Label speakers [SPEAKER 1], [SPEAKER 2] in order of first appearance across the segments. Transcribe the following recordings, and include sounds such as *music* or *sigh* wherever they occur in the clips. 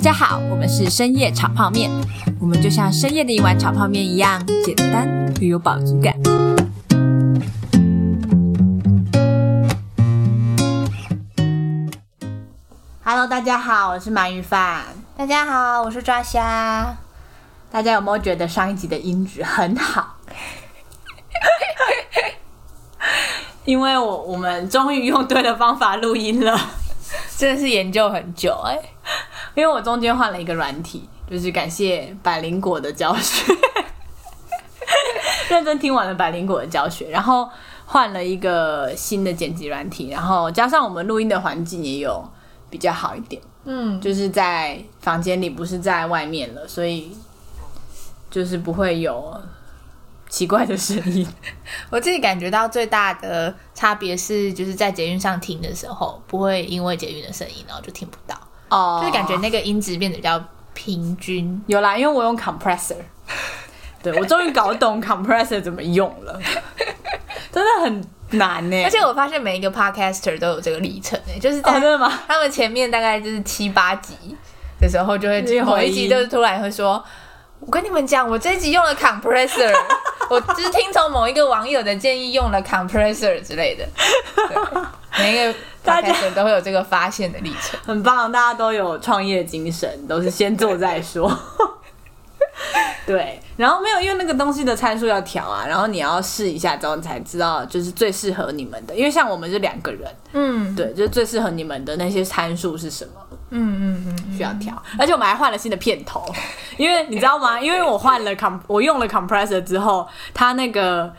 [SPEAKER 1] 家好，我们是深夜炒泡面，我们就像深夜的一碗炒泡面一样简单又有饱足感。Hello，大家好，我是鳗鱼饭。
[SPEAKER 2] 大家好，我是抓虾。
[SPEAKER 1] 大家有没有觉得上一集的音质很好？ *laughs* 因为我我们终于用对的方法录音了，
[SPEAKER 2] 真的是研究很久哎、
[SPEAKER 1] 因为我中间换了一个软体，就是感谢百灵果的教学， *laughs* 认真听完了百灵果的教学，然后换了一个新的剪辑软体，然后加上我们录音的环境也有比较好一点，
[SPEAKER 2] 嗯，
[SPEAKER 1] 就是在房间里，不是在外面了，所以就是不会有奇怪的声音。
[SPEAKER 2] 我自己感觉到最大的差别是，就是在捷运上听的时候，不会因为捷运的声音然后就听不到，
[SPEAKER 1] 哦
[SPEAKER 2] 就是感觉那个音质变得比较平均。
[SPEAKER 1] 有啦，因为我用 compressor，对我终于搞懂 compressor 怎么用了，真的很难呢、欸
[SPEAKER 2] 而且我发现每一个 podcaster 都有这个历程哎、就是
[SPEAKER 1] 哦，真
[SPEAKER 2] 在
[SPEAKER 1] 的吗？
[SPEAKER 2] 他们前面大概就是七八集的时候，就会
[SPEAKER 1] 就会
[SPEAKER 2] 某一集就是突然会说：“我跟你们讲，我这一集用
[SPEAKER 1] *laughs*
[SPEAKER 2] 了 compressor，我就是听从某一个网友的建议用了 compressor 之类的。
[SPEAKER 1] *laughs*
[SPEAKER 2] 对”每一个
[SPEAKER 1] 大家
[SPEAKER 2] podcaster 都会有这个发现的历程。
[SPEAKER 1] 很棒，大家都有创业精神，都是先做再说。 *laughs* 对，然后没有，因为那个东西的参数要调啊，然后你要试一下之后，你才知道就是最适合你们的。因为像我们是两个人，
[SPEAKER 2] 嗯
[SPEAKER 1] 对，就是最适合你们的那些参数是什么？
[SPEAKER 2] 嗯嗯嗯，
[SPEAKER 1] 需要调，而且我们还换了新的片头，因为你知道吗？因为我换了 com，我用了 compressor 之后，它那个，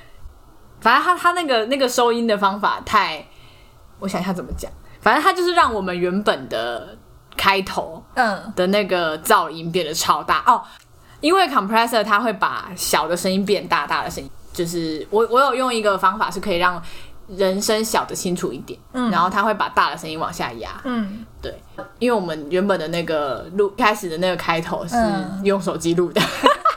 [SPEAKER 1] 反正它它那个那个收音的方法太，我想一下怎么讲，反正它就是让我们原本的开头
[SPEAKER 2] 嗯
[SPEAKER 1] 的那个噪音变得超大哦，因为 compressor 它会把小的声音变大，大的声音就是我我有用一个方法是可以让人声小的清楚一点，嗯，然后它会把大的声音往下压，
[SPEAKER 2] 嗯，
[SPEAKER 1] 对，因为我们原本的那个录开始的那个开头是
[SPEAKER 2] 嗯
[SPEAKER 1] 用手机录的，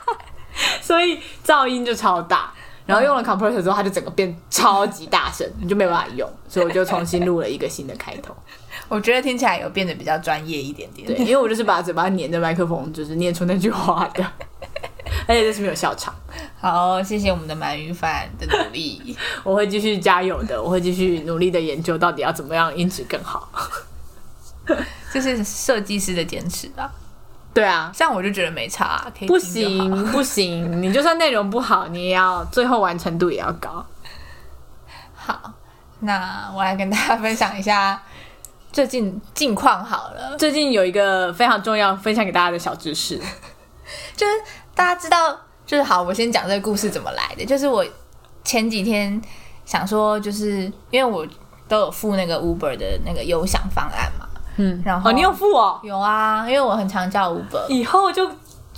[SPEAKER 1] *laughs* 所以噪音就超大。然后用了 compressor 之后，它就整个变超级大声，你就没办法
[SPEAKER 2] *laughs*
[SPEAKER 1] 用，所以我就重新录了一个新的开头。
[SPEAKER 2] 我觉得听起来有变得比较专业一点点。
[SPEAKER 1] 对，因为我就是把嘴巴粘着麦克风，就是念出那句话
[SPEAKER 2] *laughs*
[SPEAKER 1] 的，而且这是没有笑场。
[SPEAKER 2] 好，谢谢我们的鳗鱼饭的努
[SPEAKER 1] *laughs*
[SPEAKER 2] 力。
[SPEAKER 1] 我会继续加油的，我会继续努力的研究到底要怎么样音质更好。
[SPEAKER 2] 这是设计师的坚持吧，
[SPEAKER 1] 对啊，
[SPEAKER 2] 像我就觉得没差、啊可以
[SPEAKER 1] 不
[SPEAKER 2] 听就好
[SPEAKER 1] 行不行，你就算内容不好，你也要最后完成度也要高。
[SPEAKER 2] 好，那我来跟大家分享一下最近近况好了，
[SPEAKER 1] *laughs* 最近有一个非常重要分享给大家的小知识，
[SPEAKER 2] 就是大家知道，就是好，我先讲这个故事怎么来的，就是我前几天想说，就是因为我都有付那个 Uber 的那个优享方案嘛，
[SPEAKER 1] 嗯，
[SPEAKER 2] 然后
[SPEAKER 1] 哦，你有付哦，
[SPEAKER 2] 有啊，因为我很常叫 Uber，
[SPEAKER 1] 以后就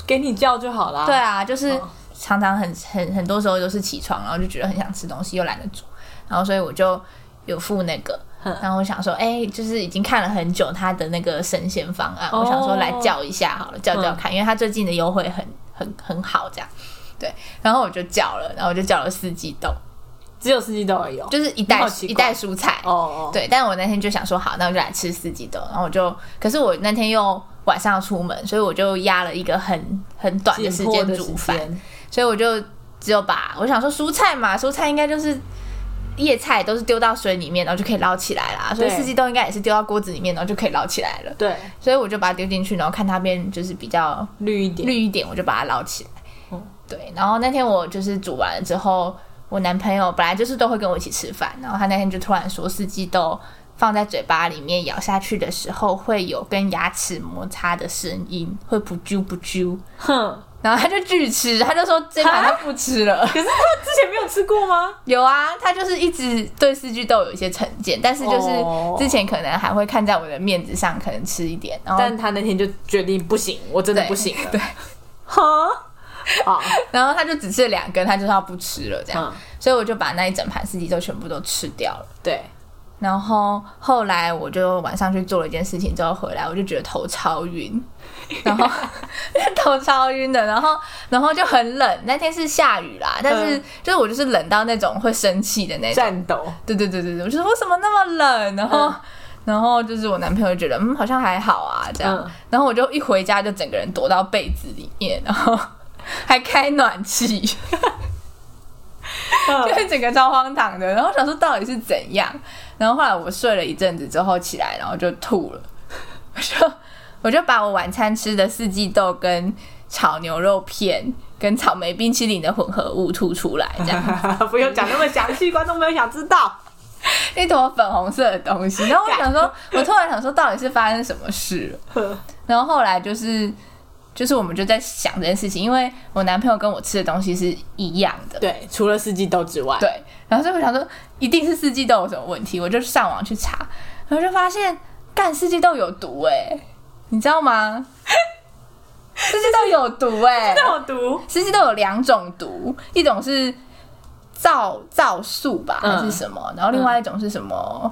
[SPEAKER 1] 给你叫就好啦。
[SPEAKER 2] 对，啊，就是
[SPEAKER 1] 哦
[SPEAKER 2] 常常很很很多时候都是起床，然后就觉得很想吃东西，又懒得煮，然后所以我就有付那个。
[SPEAKER 1] 嗯
[SPEAKER 2] 然后我想说，哎、就是已经看了很久他的那个生鲜方案，
[SPEAKER 1] 哦嗯
[SPEAKER 2] 我想说来叫一下好了，叫叫看，因为他最近的优惠很很很好，这样。对，然后我就叫了，然后我就叫了四季豆，
[SPEAKER 1] 只有司机都有，
[SPEAKER 2] 就是一袋
[SPEAKER 1] 好奇怪
[SPEAKER 2] 一袋蔬菜。
[SPEAKER 1] 哦哦，
[SPEAKER 2] 对，但我那天就想说，好，那我就来吃四季豆。然后我就，可是我那天又晚上要出门，所以我就压了一个很很短的时
[SPEAKER 1] 紧迫
[SPEAKER 2] 间
[SPEAKER 1] 的
[SPEAKER 2] 煮
[SPEAKER 1] 时
[SPEAKER 2] 饭，
[SPEAKER 1] 间，
[SPEAKER 2] 所以我就只有把我想说蔬菜嘛，蔬菜应该就是叶菜都是丢到水里面，然后就可以捞起来啦。所以
[SPEAKER 1] 对
[SPEAKER 2] 四季豆应该也是丢到锅子里面，然后就可以捞起来了。
[SPEAKER 1] 对，
[SPEAKER 2] 所以我就把它丢进去，然后看它变就是比较
[SPEAKER 1] 绿一点，
[SPEAKER 2] 绿一点，我就把它捞起来。
[SPEAKER 1] 嗯
[SPEAKER 2] 对，然后那天我就是煮完了之后，我男朋友本来就是都会跟我一起吃饭，然后他那天就突然说四季豆。放在嘴巴里面咬下去的时候，会有跟牙齿摩擦的声音，会不啾不啾。
[SPEAKER 1] 哼，
[SPEAKER 2] 然后他就拒吃，他就说这款他不吃了。
[SPEAKER 1] 可是他之前没有吃过吗？
[SPEAKER 2] 有啊，他就是一直对四季豆有一些成见，但是就是
[SPEAKER 1] 哦
[SPEAKER 2] 之前可能还会看在我的面子上，可能吃一点，然后
[SPEAKER 1] 但他那天就决定不行，我真的
[SPEAKER 2] 哦对
[SPEAKER 1] 不行了，
[SPEAKER 2] 对，
[SPEAKER 1] 哈，啊，
[SPEAKER 2] 然后他就只吃了两根，他就说他不吃了这样，
[SPEAKER 1] 嗯，
[SPEAKER 2] 所以我就把那一整盘四季豆全部都吃掉了。
[SPEAKER 1] 对，
[SPEAKER 2] 然后后来我就晚上去做了一件事情之后回来，我就觉得头超晕，
[SPEAKER 1] *laughs*
[SPEAKER 2] 然后头超晕的，然后然后就很冷，那天是下雨啦，但是
[SPEAKER 1] 嗯
[SPEAKER 2] 就是我就是冷到那种会生气的那种。
[SPEAKER 1] 战斗，
[SPEAKER 2] 对对对对对，我就说为什么那么冷？然后、然后就是我男朋友觉得嗯好像还好啊这样，
[SPEAKER 1] 嗯
[SPEAKER 2] 然后我就一回家就整个人躲到被子里面，然后 *laughs* 还开暖气，
[SPEAKER 1] 嗯
[SPEAKER 2] 就是整个超荒唐的。然后想说到底是怎样，然后后来我睡了一阵子之后起来，然后就吐了，我就我就把我晚餐吃的四季豆跟炒牛肉片跟草莓冰淇淋的混合物吐出来，这样
[SPEAKER 1] *laughs* 不用讲那么详细，观众朋友想知道。
[SPEAKER 2] 一坨粉红色的东西。然后我想说，我突然想说，到底是发生什么事了？然后后来就是就是我们就在想这件事情，因为我男朋友跟我吃的东西是一样的，
[SPEAKER 1] 对，除了四季豆之外，
[SPEAKER 2] 对。然后所以我想说，一定是四季豆有什么问题，我就上网去查，然后就发现干四季豆有毒哎、你知道吗？四季豆有毒哎、
[SPEAKER 1] 有毒。
[SPEAKER 2] *laughs* 四季豆有两种毒，一种是皂皂素吧，
[SPEAKER 1] 嗯
[SPEAKER 2] 还是什么？然后另外一种是什么？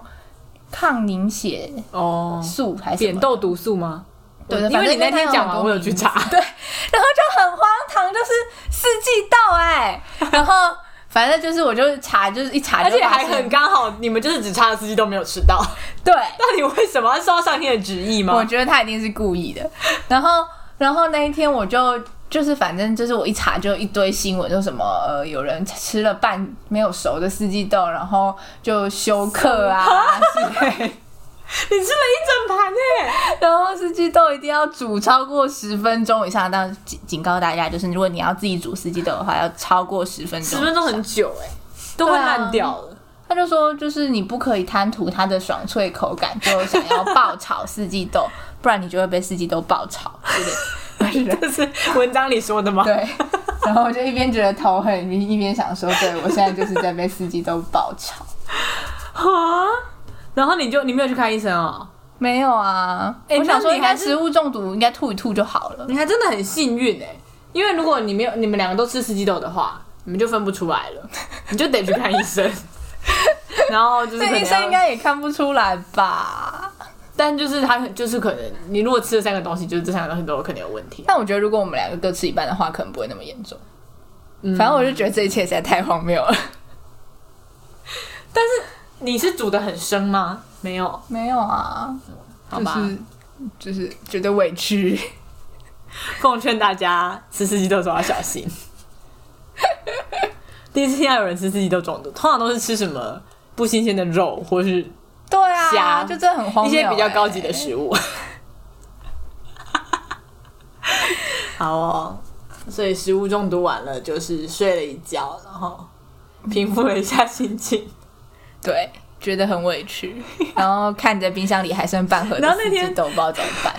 [SPEAKER 2] 抗凝血
[SPEAKER 1] 哦，
[SPEAKER 2] 素还是什
[SPEAKER 1] 扁
[SPEAKER 2] 么？
[SPEAKER 1] 豆毒素吗？
[SPEAKER 2] 对对
[SPEAKER 1] 因
[SPEAKER 2] 反
[SPEAKER 1] 为
[SPEAKER 2] 正
[SPEAKER 1] 你那天
[SPEAKER 2] 它有
[SPEAKER 1] 讲
[SPEAKER 2] 很
[SPEAKER 1] 完，
[SPEAKER 2] 多
[SPEAKER 1] 我有去查。
[SPEAKER 2] 对，然后就很荒唐，就是四季豆哎、然后反正就是我就查，就是一查
[SPEAKER 1] *laughs* 而
[SPEAKER 2] 就
[SPEAKER 1] 且
[SPEAKER 2] 发
[SPEAKER 1] 还
[SPEAKER 2] 现，
[SPEAKER 1] 很刚好，你们就是只差了四季豆没有吃到。 *laughs*
[SPEAKER 2] 对，
[SPEAKER 1] 到底为什么要受到上天的旨意
[SPEAKER 2] 我
[SPEAKER 1] 吗？
[SPEAKER 2] 觉得他一定是故意的。然后，然后那一天我就就是反正就是我一查就一堆新闻，就什么呃有人吃了半没有熟的四季豆，然后就休克啊之类的。
[SPEAKER 1] *laughs* 你吃了一整盘哎！
[SPEAKER 2] *laughs* 然后四季豆一定要煮超过十分钟以上。当然警警告大家，就是如果你要自己煮四季豆的话，要超过十分钟。
[SPEAKER 1] 十分钟很久哎，都会
[SPEAKER 2] 对啊
[SPEAKER 1] 烂掉了。
[SPEAKER 2] 他就说，就是你不可以贪图它的爽脆口感，就想要爆炒四季豆，不然你就会被四季豆爆炒之类
[SPEAKER 1] *laughs*
[SPEAKER 2] 的。 *laughs*
[SPEAKER 1] 这是文章里说的吗？
[SPEAKER 2] 啊对，然后我就一边觉得头很晕，一边想说，对我现在就是在被司机都爆炒。
[SPEAKER 1] 啊，然后你就你没有去看医生哦？
[SPEAKER 2] 没有啊，
[SPEAKER 1] 欸
[SPEAKER 2] 我
[SPEAKER 1] 那
[SPEAKER 2] 想说
[SPEAKER 1] 你
[SPEAKER 2] 应
[SPEAKER 1] 还
[SPEAKER 2] 该
[SPEAKER 1] 是
[SPEAKER 2] 食物中毒，应该吐一吐就好了。
[SPEAKER 1] 你还真的很幸运哎、因为如果你没有你们两个都吃四季豆的话，你们就分不出来
[SPEAKER 2] *laughs*
[SPEAKER 1] 了，你就得去看医生。然后就是可能
[SPEAKER 2] 那
[SPEAKER 1] 要
[SPEAKER 2] 医生应，该也看不出来吧？
[SPEAKER 1] 但就是他就是可能你如果吃了三个东西，就是这三个东西都有可能有问题。啊
[SPEAKER 2] 但我觉得如果我们两个各吃一半的话，可能不会那么严重。反正我就觉得这一切实在太荒谬了。
[SPEAKER 1] 但是你是煮的很生吗？没有，
[SPEAKER 2] 没有啊，
[SPEAKER 1] 好吧。
[SPEAKER 2] 就是就是觉得委屈。
[SPEAKER 1] 奉劝大家吃四季豆的时候要小心。 *laughs* 第一次听到有人吃四季豆中毒，通常都是吃什么不新鲜的肉或是
[SPEAKER 2] 对啊，
[SPEAKER 1] 虾
[SPEAKER 2] 就真的很荒
[SPEAKER 1] 一
[SPEAKER 2] 谬欸、欸
[SPEAKER 1] 些比较高级的食物。 *laughs* 好哦，所以食物中毒完了就是睡了一觉，然后平复了一下心情。
[SPEAKER 2] 对，觉得很委屈，然后看着冰箱里还剩半盒
[SPEAKER 1] 然
[SPEAKER 2] 的
[SPEAKER 1] 后那
[SPEAKER 2] 四季
[SPEAKER 1] 天
[SPEAKER 2] 豆，不知道怎么办。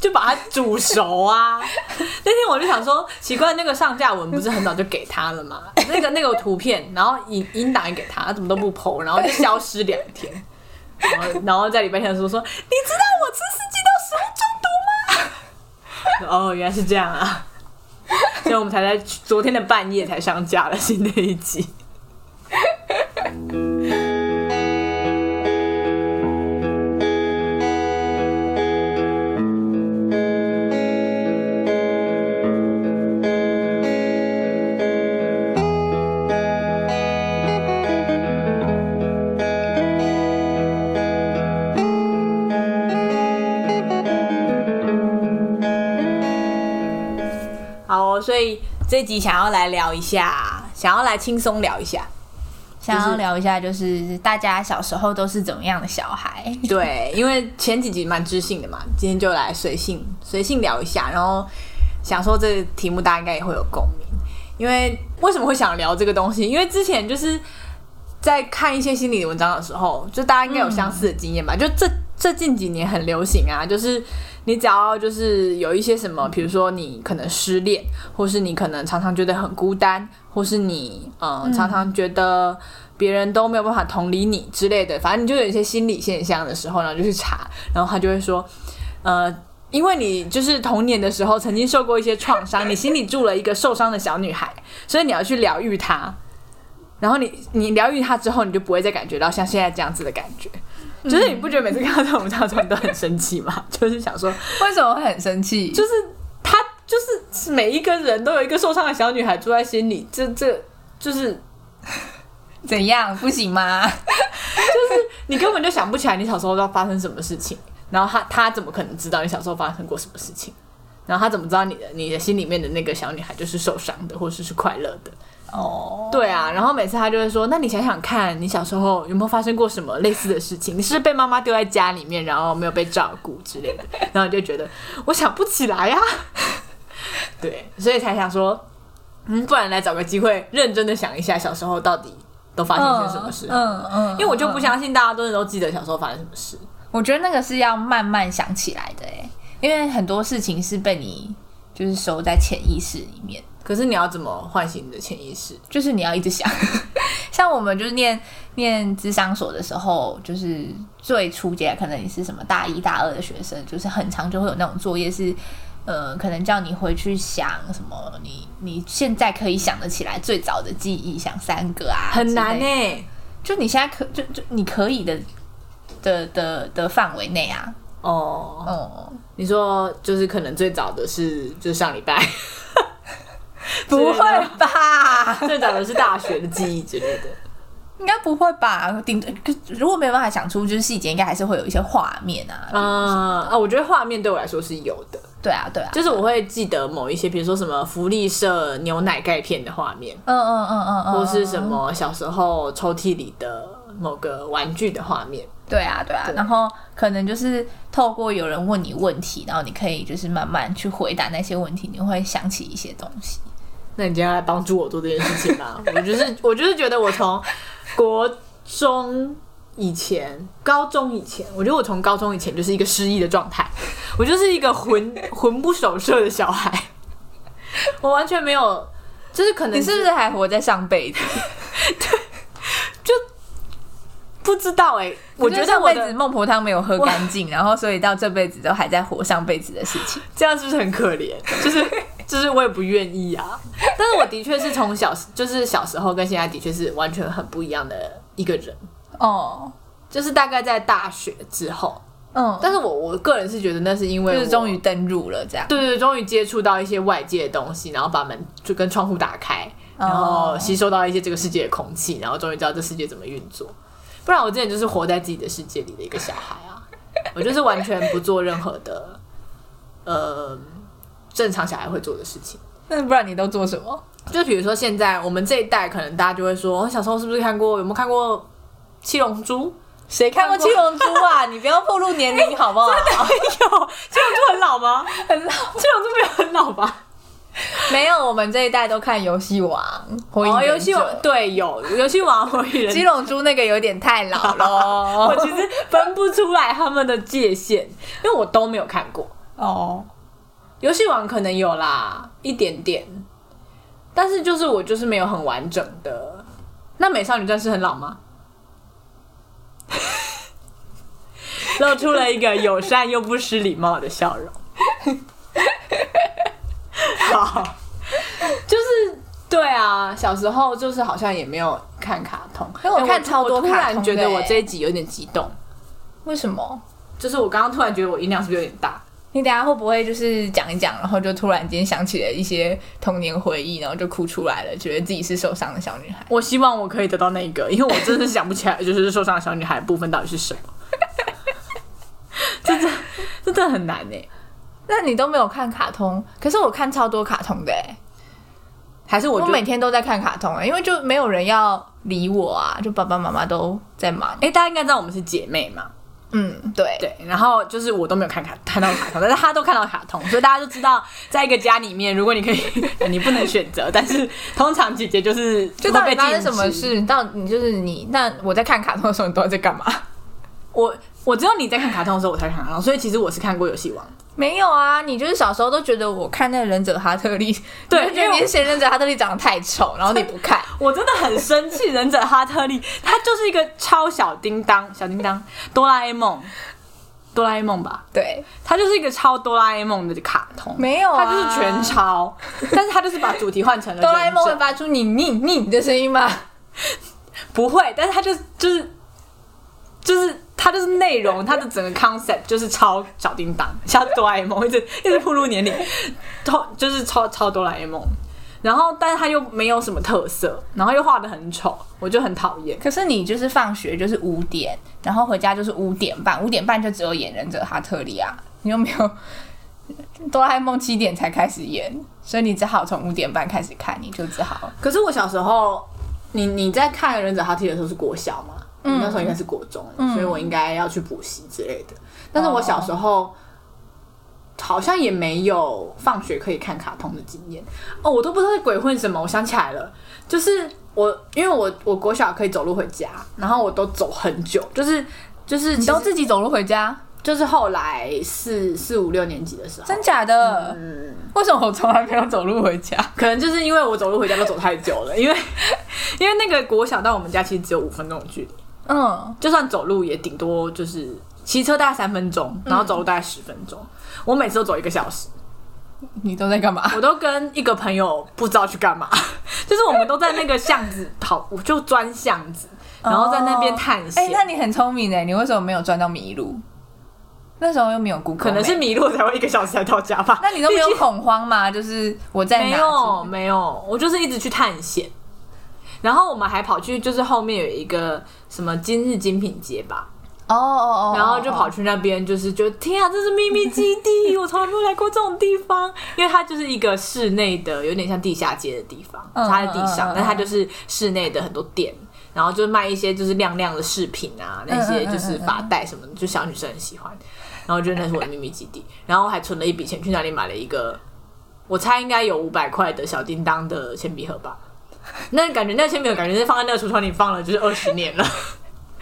[SPEAKER 1] 就把它煮熟啊！ *laughs* 那天我就想说，奇怪，那个上架文不是很早就给他了 *laughs* 吗？那个那个图片，然后引引导也给他，他怎么都不剖，然后就消失两天，然后然后在礼拜天的时候说，你知道我吃四季豆食物中毒吗？ *laughs* 哦，原来是这样啊！所以我们才在昨天的半夜才上架了新的一集。好哦、所以这一集想要来聊一下，想要来轻松聊一下，
[SPEAKER 2] 想要聊一下，就是大家小时候都是怎么样的小孩？
[SPEAKER 1] 对，因为前几集蛮知性的嘛，今天就来随性随性聊一下，然后想说这个题目大家应该也会有共鸣，因为为什么会想聊这个东西？因为之前就是在看一些心理文章的时候，就大家应该有相似的经验吧，就这这近几年很流行啊，就是。你只要就是有一些什么，比如说你可能失恋，或是你可能常常觉得很孤单，或是你嗯、呃常常觉得别人都没有办法同理你之类的，反正你就有一些心理现象的时候呢，就去查，然后他就会说，呃，因为你就是童年的时候曾经受过一些创伤，你心里住了一个受伤的小女孩，所以你要去疗愈她。然后你你疗愈她之后，你就不会再感觉到像现在这样子的感觉。就是你不觉得每次看到这种文章的时候，你都很生气吗？ *laughs* 就是想说，
[SPEAKER 2] *laughs* 为什么会很生气？
[SPEAKER 1] 就是她就是每一个人都有一个受伤的小女孩住在心里，这这就是
[SPEAKER 2] 怎样不行吗？
[SPEAKER 1] 你根本就想不起来你小时候要发生什么事情，然后他他怎么可能知道你小时候发生过什么事情？然后他怎么知道你的你的心里面的那个小女孩就是受伤的，或者是是快乐的？
[SPEAKER 2] 哦，
[SPEAKER 1] 对啊，然后每次他就会说：“那你想想看，你小时候有没有发生过什么类似的事情？你是不是被妈妈丢在家里面，然后没有被照顾之 *laughs* 类的？”然后你就觉得我想不起来呀、 *laughs* 对，所以才想说，嗯，不然来找个机会认真的想一下小时候到底都发生些什么事、
[SPEAKER 2] 嗯嗯，
[SPEAKER 1] 因为我就不相信大家真的都记得小时候发生什么事。
[SPEAKER 2] 我觉得那个是要慢慢想起来的哎，因为很多事情是被你就是收在潜意识里面，
[SPEAKER 1] 可是你要怎么唤醒你的潜意识？
[SPEAKER 2] 就是你要一直想。 *laughs* 像我们就是念念智商所的时候，就是最初阶，可能你是什么大一大二的学生，就是很常就会有那种作业是。呃，可能叫你回去想什么你，你现在可以想得起来最早的记忆，想三个啊，
[SPEAKER 1] 很难欸
[SPEAKER 2] 呢、
[SPEAKER 1] 呢、
[SPEAKER 2] 就你现在可就就你可以的的的的范围内啊，
[SPEAKER 1] 哦，
[SPEAKER 2] 哦、
[SPEAKER 1] 你说就是可能最早的是就是上礼拜，
[SPEAKER 2] 不会吧？
[SPEAKER 1] 最早的是大学的记忆之类的。
[SPEAKER 2] 应该不会吧？顶多可如果没有办法想出就是细节，应该还是会有一些画面啊。
[SPEAKER 1] 啊、啊！我觉得画面对我来说是有的，
[SPEAKER 2] 对啊，对啊，
[SPEAKER 1] 就是我会记得某一些，比如说什么福利社牛奶钙片的画面，
[SPEAKER 2] 嗯嗯嗯嗯嗯，
[SPEAKER 1] 或是什么小时候抽屉里的某个玩具的画面。
[SPEAKER 2] 对啊，对啊，然后可能就是透过有人问你问题，然后你可以就是慢慢去回答那些问题，你会想起一些东西。
[SPEAKER 1] 那你今天来帮助我做这件事情
[SPEAKER 2] *laughs*
[SPEAKER 1] 吧。我就是我就是觉得我从国中以前、高中以前，我觉得我从高中以前就是一个失忆的状态， *laughs* 我就是一个魂 *laughs* 魂不守舍的小孩， *laughs* 我完全没有，就是可能
[SPEAKER 2] 你是不是还活在上辈子？
[SPEAKER 1] 不知道哎、我觉得
[SPEAKER 2] 上
[SPEAKER 1] 我
[SPEAKER 2] 辈子
[SPEAKER 1] 的
[SPEAKER 2] 孟婆汤没有喝干净，然后所以到这辈子都还在活上辈子的事情。
[SPEAKER 1] 这样是不是很可怜？
[SPEAKER 2] *laughs*
[SPEAKER 1] 就是就是我也不愿意啊，但是我的确是从小就是小时候跟现在的确是完全很不一样的一个人，
[SPEAKER 2] 哦，
[SPEAKER 1] 就是大概在大学之后。
[SPEAKER 2] 嗯，
[SPEAKER 1] 但是我我个人是觉得那是因为
[SPEAKER 2] 就是
[SPEAKER 1] 我
[SPEAKER 2] 终于登入了这样。
[SPEAKER 1] 对对对，终于接触到一些外界的东西，然后把门就跟窗户打开，
[SPEAKER 2] 哦
[SPEAKER 1] 然后吸收到一些这个世界的空气，然后终于知道这世界怎么运作。不然我之前就是活在自己的世界里的一个小孩
[SPEAKER 2] *laughs*
[SPEAKER 1] 啊，我就是完全不做任何的呃正常小孩会做的事情。
[SPEAKER 2] 那不然你都做什么？
[SPEAKER 1] 就比如说现在我们这一代，可能大家就会说，哦我小时候是不是看过有没有看过《七龙珠》？
[SPEAKER 2] 谁看过哎《七龙珠》 *laughs* 啊？你不要暴露年龄好不好？
[SPEAKER 1] *laughs* 七龙珠很老吗？
[SPEAKER 2] 很老，
[SPEAKER 1] 七龙珠没有很老吧？
[SPEAKER 2] 没有，我们这一代都看《游戏王》《火影
[SPEAKER 1] 哦，
[SPEAKER 2] 忍者
[SPEAKER 1] 游戏王对有游戏王火影忍
[SPEAKER 2] 七龙珠》那个有点太老了。 *laughs*
[SPEAKER 1] 我其实分不出来他们的界限，因为我都没有看过。
[SPEAKER 2] 哦，
[SPEAKER 1] 游戏王可能有啦，一点点，但是就是我就是没有很完整的。那美少女战士很老吗？ *laughs* 露出了一个友善又不失礼貌的笑容。好，就是对啊，小时候就是好像也没有看卡通，
[SPEAKER 2] 因哎为我看
[SPEAKER 1] 突
[SPEAKER 2] 超多
[SPEAKER 1] 我突
[SPEAKER 2] 卡
[SPEAKER 1] 然
[SPEAKER 2] 通
[SPEAKER 1] 觉
[SPEAKER 2] 的
[SPEAKER 1] 得我
[SPEAKER 2] 欸
[SPEAKER 1] 这一集有点激动。
[SPEAKER 2] 为什么？
[SPEAKER 1] 就是我刚刚突然觉得我音量是不是有点大？
[SPEAKER 2] 你等一下会不会就是讲一讲，然后就突然间想起了一些童年回忆，然后就哭出来了，觉得自己是受伤的小女孩？
[SPEAKER 1] 我希望我可以得到那一个，因为我真的是想不起来，就是受伤的小女孩部分到底是什么。这真这真的很难呢、欸
[SPEAKER 2] 那你都没有看卡通，可是我看超多卡通的、欸，
[SPEAKER 1] 还是我
[SPEAKER 2] 我
[SPEAKER 1] 就
[SPEAKER 2] 每天都在看卡通、欸，因为就没有人要理我啊，就爸爸妈妈都在忙。
[SPEAKER 1] 哎、大家应该知道我们是姐妹嘛？
[SPEAKER 2] 嗯，对，
[SPEAKER 1] 对，然后就是我都没有看卡看到卡通，但是她都看到卡通，所以大家就知道，在一个家里面，如果你可以， *laughs* 你不能选择，但是通常姐姐就是
[SPEAKER 2] 就
[SPEAKER 1] 会
[SPEAKER 2] 到底
[SPEAKER 1] 被
[SPEAKER 2] 发
[SPEAKER 1] 禁
[SPEAKER 2] 生什么
[SPEAKER 1] 止
[SPEAKER 2] 事？到你就是你，那我在看卡通的时候，你都在干嘛？
[SPEAKER 1] 我我只有你在看卡通的时候我才看卡通，所以其实我是看过游戏王。
[SPEAKER 2] *laughs* 没有啊，你就是小时候都觉得我看那个忍者哈特利，
[SPEAKER 1] 对
[SPEAKER 2] *laughs* 你就觉得
[SPEAKER 1] 因为
[SPEAKER 2] 你
[SPEAKER 1] 我
[SPEAKER 2] 是嫌忍者哈特利长得太丑，然后你不看，
[SPEAKER 1] 我真的很生气，忍者哈特利，他就是一个超小叮当，小叮当，哆啦 A 梦，哆啦 A 梦吧，
[SPEAKER 2] *laughs* 对，
[SPEAKER 1] 他就是一个超哆啦 A 梦的卡通，
[SPEAKER 2] 没有啊
[SPEAKER 1] 他就是全超，但是他就是把主题换成了
[SPEAKER 2] 哆啦 A 梦会
[SPEAKER 1] 忍者
[SPEAKER 2] 发出你你你的声音吗？
[SPEAKER 1] 不会，但是他就就是就是他就是内容，他的整个 concept 就是超小叮当，像哆啦 A 梦，一直一直步入年龄，超就是超超哆啦 A 梦。然后但是它又没有什么特色，然后又画的很丑，我就很讨厌。
[SPEAKER 2] 可是你就是放学就是五点，然后回家就是五点半，五点半就只有演忍者哈特利啊，你又没有 *laughs* 哆啦 A 梦七点才开始演，所以你只好从五点半开始看，你就只好
[SPEAKER 1] 可是我小时候，你你在看《忍者哈特》的时候是国小嘛？嗯，那时候应该是国中，
[SPEAKER 2] 嗯
[SPEAKER 1] 所以我应该要去补习之类的。但是我小时候、好像也没有放学可以看卡通的经验哦，我都不知道在鬼混什么。我想起来了，就是我因为我我国小可以走路回家，然后我都走很久，就是就是
[SPEAKER 2] *laughs* 你
[SPEAKER 1] 其
[SPEAKER 2] 都
[SPEAKER 1] 实
[SPEAKER 2] 自己走路回家，
[SPEAKER 1] 就是后来四四五六年级的时候，
[SPEAKER 2] 真假的？为什么我从来没有走路回家？
[SPEAKER 1] 可能就是因为我走路回家都走太久了，因为因为那个国小到我们家其实只有五分钟的距离，
[SPEAKER 2] *laughs* 嗯，
[SPEAKER 1] 就算走路也顶多就是骑车大概三分钟，
[SPEAKER 2] 嗯
[SPEAKER 1] 然后走路大概十分钟。我每次都走一个小时，
[SPEAKER 2] 你都在干嘛？ *laughs*
[SPEAKER 1] 我都跟一个朋友不知道去干嘛， *laughs* 就是我们都在那个巷子跑，我就钻巷子，然后在那边探
[SPEAKER 2] 哦哎、
[SPEAKER 1] 险。
[SPEAKER 2] 那你很聪明哎，你为什么没有赚到迷路？那时候又没有 Google，
[SPEAKER 1] 可能是
[SPEAKER 2] Map
[SPEAKER 1] 迷路才会一个小时才到家吧？
[SPEAKER 2] 那你都没有恐慌吗？就是我在哪？
[SPEAKER 1] 没有没有，我就是一直去探险。然后我们还跑去，就是后面有一个什么今日精品街吧，
[SPEAKER 2] 哦哦哦，
[SPEAKER 1] 然后就跑
[SPEAKER 2] 去。
[SPEAKER 1] 去那边，就是觉得天啊，这是秘密基
[SPEAKER 2] *laughs*
[SPEAKER 1] 地，我从来没有来过这种地方，因为它就是一个室内的，有点像地下街的地方，
[SPEAKER 2] 嗯
[SPEAKER 1] 它在地
[SPEAKER 2] 嗯
[SPEAKER 1] 上
[SPEAKER 2] 嗯，
[SPEAKER 1] 但它就是室内的很多店。然后就是卖一些就是亮亮的饰品啊，那些就是发带什么的，就小女生很喜欢。然后就那是我的秘密基地，然后我还存了一笔钱去那里买了一个，我猜应该有五百块的小叮当的铅笔盒吧。那感觉那铅笔盒感觉是放在那个橱窗里放了就是二十年了， *laughs*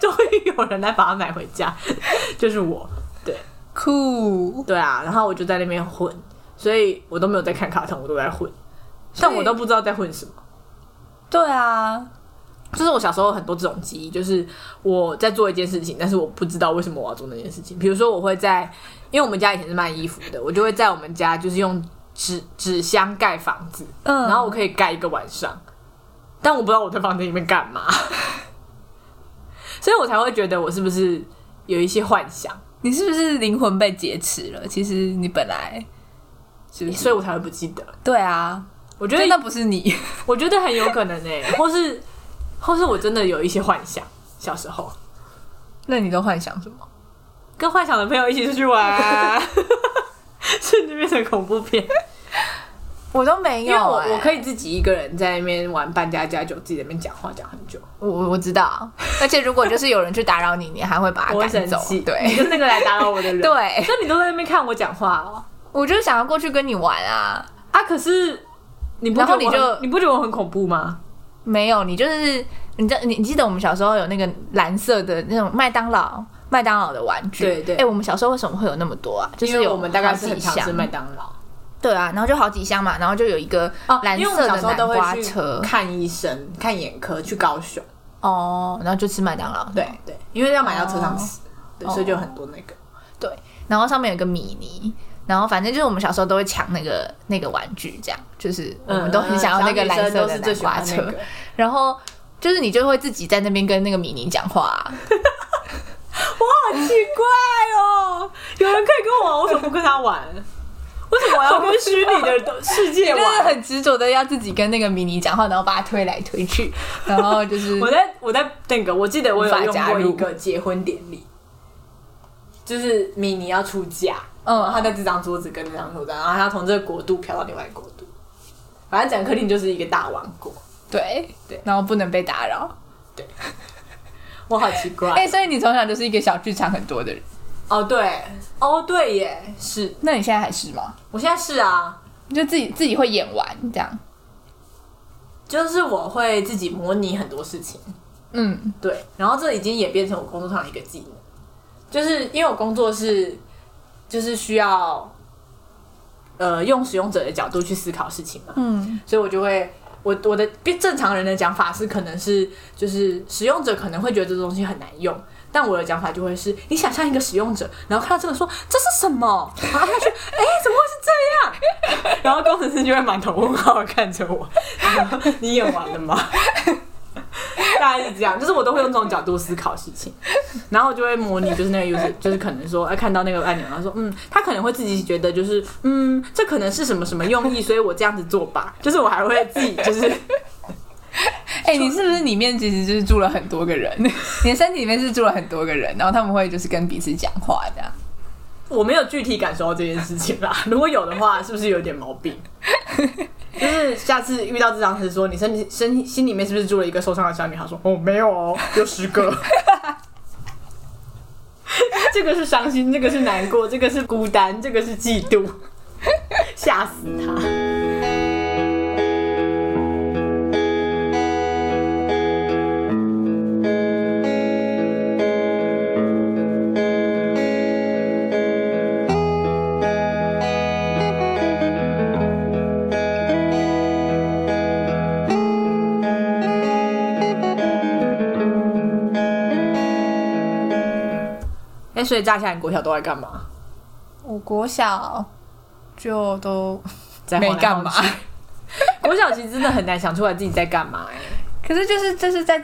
[SPEAKER 1] 终于有人来把它买回家，就是我。对
[SPEAKER 2] 酷，
[SPEAKER 1] 对啊，然后我就在那边混，所以我都没有在看卡通，我都在混，但我都不知道在混什么。
[SPEAKER 2] 对啊，
[SPEAKER 1] 就是我小时候有很多这种记忆，就是我在做一件事情，但是我不知道为什么我要做那件事情。比如说，我会在，因为我们家以前是卖衣服的，我就会在我们家就是用纸纸箱盖房子，
[SPEAKER 2] 嗯
[SPEAKER 1] 然后我可以盖一个晚上，但我不知道我在房间里面干嘛，所以我才会觉得我是不是有一些幻想，
[SPEAKER 2] 你是不是灵魂被劫持了？其实你本来是不是？
[SPEAKER 1] 所以我才会不记得。
[SPEAKER 2] 对啊，
[SPEAKER 1] 我觉
[SPEAKER 2] 觉得
[SPEAKER 1] 得
[SPEAKER 2] 那不是你。 *laughs*
[SPEAKER 1] 我觉得很有可能诶、或是或是我真的有一些幻想，小时候
[SPEAKER 2] 那你都幻想什么？
[SPEAKER 1] 跟幻想的朋友一起出去 *laughs* 玩，甚至变成恐怖片。
[SPEAKER 2] 我都没欸
[SPEAKER 1] 因为我我
[SPEAKER 2] 以，
[SPEAKER 1] 可以自己一个人在那边玩扮家家酒，自己在那边讲话讲很久，
[SPEAKER 2] 我我我知道。而且如果就是有人去打扰你，你还会把
[SPEAKER 1] *laughs* 我
[SPEAKER 2] 他
[SPEAKER 1] 会
[SPEAKER 2] 赶
[SPEAKER 1] 生
[SPEAKER 2] 走
[SPEAKER 1] 气。。啊你
[SPEAKER 2] 对
[SPEAKER 1] 就那个来打扰我的人。，
[SPEAKER 2] 对，
[SPEAKER 1] 所以你都在那边看我讲话哦。
[SPEAKER 2] 我就是想要过去跟你玩啊。
[SPEAKER 1] 啊，可是你不觉
[SPEAKER 2] 然后
[SPEAKER 1] 得
[SPEAKER 2] 你
[SPEAKER 1] 我很
[SPEAKER 2] 就
[SPEAKER 1] 你不觉得我很恐怖吗？
[SPEAKER 2] 没有，你就是你知道你你记得我们小时候有那个蓝色的那种麦当劳麦当劳的玩具。
[SPEAKER 1] 对对
[SPEAKER 2] 哎、我们小时候为什么会有那么多啊？就是
[SPEAKER 1] 因为
[SPEAKER 2] 有
[SPEAKER 1] 我们大概是
[SPEAKER 2] 好
[SPEAKER 1] 很
[SPEAKER 2] 几
[SPEAKER 1] 常吃
[SPEAKER 2] 箱
[SPEAKER 1] 麦当劳
[SPEAKER 2] 对啊，然后就好几箱嘛，然后就有一个
[SPEAKER 1] 哦
[SPEAKER 2] 蓝
[SPEAKER 1] 因为我们
[SPEAKER 2] 色
[SPEAKER 1] 小
[SPEAKER 2] 的
[SPEAKER 1] 时候都
[SPEAKER 2] 南瓜
[SPEAKER 1] 会去
[SPEAKER 2] 车
[SPEAKER 1] 看医生、看眼科，去高雄。哦
[SPEAKER 2] 哦，然后就吃麦当劳。
[SPEAKER 1] 对对，因为要买到车上吃，对，
[SPEAKER 2] 哦
[SPEAKER 1] 所以就有很多那个。
[SPEAKER 2] 对，然后上面有一个米妮，然后反正就是我们小时候都会抢那个那个玩具，这样就是
[SPEAKER 1] 嗯
[SPEAKER 2] 我们都很想要那个蓝色
[SPEAKER 1] 都
[SPEAKER 2] 的
[SPEAKER 1] 是最
[SPEAKER 2] 南
[SPEAKER 1] 喜
[SPEAKER 2] 瓜
[SPEAKER 1] 欢
[SPEAKER 2] 车，
[SPEAKER 1] 那个。
[SPEAKER 2] 然后就是你就会自己在那边跟那个米妮讲话啊、
[SPEAKER 1] 我好奇怪哦，有人可以跟我玩，为什么不跟他玩？为什么我要跟虚拟哦的世界
[SPEAKER 2] *laughs* 就是
[SPEAKER 1] 玩？
[SPEAKER 2] 很执着的要自己跟那个米妮讲话，然后把她推来推 *laughs* 去，然后就是
[SPEAKER 1] 我在我在那个，我记得我有
[SPEAKER 2] 无法
[SPEAKER 1] 用
[SPEAKER 2] 加
[SPEAKER 1] 过
[SPEAKER 2] 入
[SPEAKER 1] 一个结婚典礼，就是米妮要出嫁，
[SPEAKER 2] 嗯
[SPEAKER 1] 然后她在这张桌子跟那张桌子，然后她要从这个国度飘到另外一个国度，反正讲克定就是一个大王国，
[SPEAKER 2] 对
[SPEAKER 1] 对
[SPEAKER 2] 然后不能被打扰。
[SPEAKER 1] 我好奇 *laughs* 怪。
[SPEAKER 2] 哎、所以你从小就是一个小剧场很多的人，
[SPEAKER 1] 哦对，哦对耶，是
[SPEAKER 2] 那你现在还是吗？
[SPEAKER 1] 我现在是啊，
[SPEAKER 2] 你就自己自己会演完这样。
[SPEAKER 1] 就是我会自己模拟很多事情，
[SPEAKER 2] 嗯，
[SPEAKER 1] 对，然后这已经也变成我工作上的一个技能，就是因为我工作是就是需要呃用使用者的角度去思考事情嘛，
[SPEAKER 2] 嗯，
[SPEAKER 1] 所以我就会我我的正常人的讲法是可能是就是使用者可能会觉得这东西很难用。但我的讲法就会是，你想象一个使用者，然后看到这个说这是什么，然后他去，哎、怎么会是这样？ *laughs* 然后工程师就会满头问号地看着我，你演完了吗？ *laughs* 大概是这样，就是我都会用这种角度思考事情，然后我就会模拟，就是那个 user，就是可能说，哎、看到那个按钮，然后说，嗯，他可能会自己觉得就是，嗯，这可能是什么什么用意，所以我这样子做吧， *laughs* 就是我还会自己就是
[SPEAKER 2] 哎、你是不是里面其实就是住了很多个人？ *laughs* 你的身体里面是住了很多个人，然后他们会就是跟彼此讲话这样。
[SPEAKER 1] 我没有具体感受到这件事情啦， *laughs* 如果有的话，是不是有点毛病？就是下次遇到智障师说你身体身体心里面是不是住了一个受伤的小女孩？说哦没有哦，有十个。 *laughs* 这个是伤心，这个是难过，这个是孤单，这个是嫉妒， *laughs* 吓死他！哎，所以乍下你国小都在干嘛？
[SPEAKER 2] 我国小就 *laughs* 都
[SPEAKER 1] 在晃来晃去。国小其实真的很难想出来自己在干嘛、哎，
[SPEAKER 2] 可是就是就是在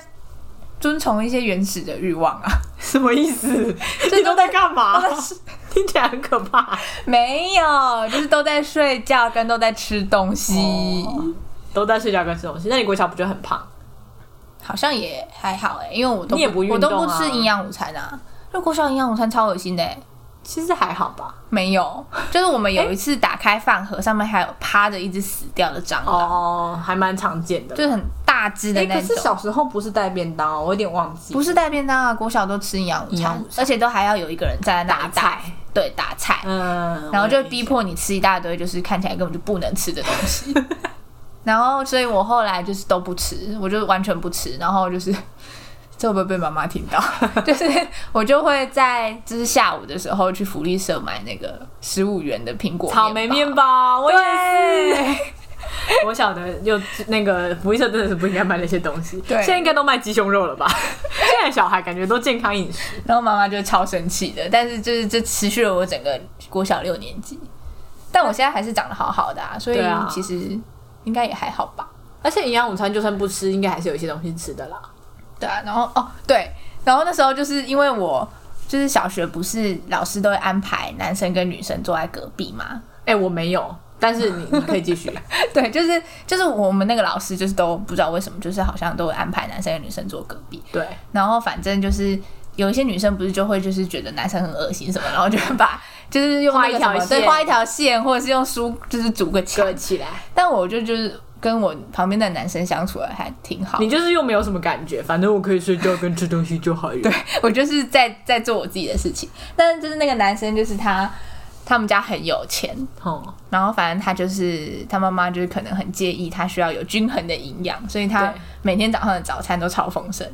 [SPEAKER 2] 遵从一些原始的欲望啊。
[SPEAKER 1] 什么意思？你都在干嘛？
[SPEAKER 2] 啊 *laughs*
[SPEAKER 1] 听起来很可怕。
[SPEAKER 2] 没有，就是都在睡觉跟都在吃东西，
[SPEAKER 1] 哦都在睡觉跟吃东西。那你国小不就很胖？
[SPEAKER 2] 好像也还好哎、因为我都
[SPEAKER 1] 你也不运
[SPEAKER 2] 我都不
[SPEAKER 1] 动啊
[SPEAKER 2] 吃营养午餐啊。那国小营养午餐超恶心的、欸。
[SPEAKER 1] 其实还好吧。
[SPEAKER 2] 没有，就是我们有一次打开饭盒，上面还有趴着一只死掉的蟑螂，
[SPEAKER 1] 哦，还蛮常见的。
[SPEAKER 2] 就是很大只的
[SPEAKER 1] 哎、
[SPEAKER 2] 那
[SPEAKER 1] 可是
[SPEAKER 2] 种。
[SPEAKER 1] 小时候不是带便当、哦，我有点忘记。
[SPEAKER 2] 不是带便当啊，国小都吃营养午
[SPEAKER 1] 营养
[SPEAKER 2] 餐
[SPEAKER 1] 午，餐
[SPEAKER 2] 而且都还要有一个人站在那嗯里打，
[SPEAKER 1] 菜，
[SPEAKER 2] 对，打菜，
[SPEAKER 1] 嗯，
[SPEAKER 2] 然后就
[SPEAKER 1] 我
[SPEAKER 2] 逼迫你吃一大堆，就是看起来根本就不能吃的东
[SPEAKER 1] *laughs*
[SPEAKER 2] 西。然后，所以我后来就是都不吃，我就完全不吃。然后就是，这会不会被妈妈听到？ *laughs* 就是我就会在就是下午的时候去福利社买那个十五元的苹果
[SPEAKER 1] 草莓面
[SPEAKER 2] 包。
[SPEAKER 1] 包，我也是。
[SPEAKER 2] 对，
[SPEAKER 1] *laughs* 我晓得，就那个福利社真的是不应该卖那些东西。
[SPEAKER 2] 对
[SPEAKER 1] 现在应该都卖鸡胸肉了吧？ *laughs* 现在小孩感觉都健康饮食。
[SPEAKER 2] 然后妈妈就超生气的，但是就是这持续了我整个国小六年级，但我现在还是长得好好的啊，所以
[SPEAKER 1] 对啊
[SPEAKER 2] 其实应该也还好吧。
[SPEAKER 1] 而且营养午餐就算不吃，应该还是有一些东西吃的啦。
[SPEAKER 2] 对啊，然后哦对，然后那时候就是因为我就是小学不是老师都会安排男生跟女生坐在隔壁嘛， *laughs*
[SPEAKER 1] 哎、我没有，但是 *laughs* 你你可以继续。
[SPEAKER 2] 对，就是就是我们那个老师就是都不知道为什么，就是好像都会安排男生跟女生坐隔壁，
[SPEAKER 1] 对，
[SPEAKER 2] 然后反正就是有一些女生不是就会就是觉得男生很恶心什么，然后就会把就是用那个什么
[SPEAKER 1] 画一条
[SPEAKER 2] 对
[SPEAKER 1] 线
[SPEAKER 2] 画一条线，或者是用书就是组个墙
[SPEAKER 1] 隔。起来。
[SPEAKER 2] 但我就就是跟我旁边的男生相处的还挺好
[SPEAKER 1] 你，就是又没有什么感觉，反正我可以睡觉跟吃东西就好了。对，
[SPEAKER 2] *laughs* 我就是在在做我自己的事情。但是就是那个男生就是他，他们家很有钱，
[SPEAKER 1] 哦，
[SPEAKER 2] 然后反正他就是他妈妈就是可能很介意他需要有均衡的营养，所以他
[SPEAKER 1] 对嗯
[SPEAKER 2] 每天早上的早餐都超丰盛，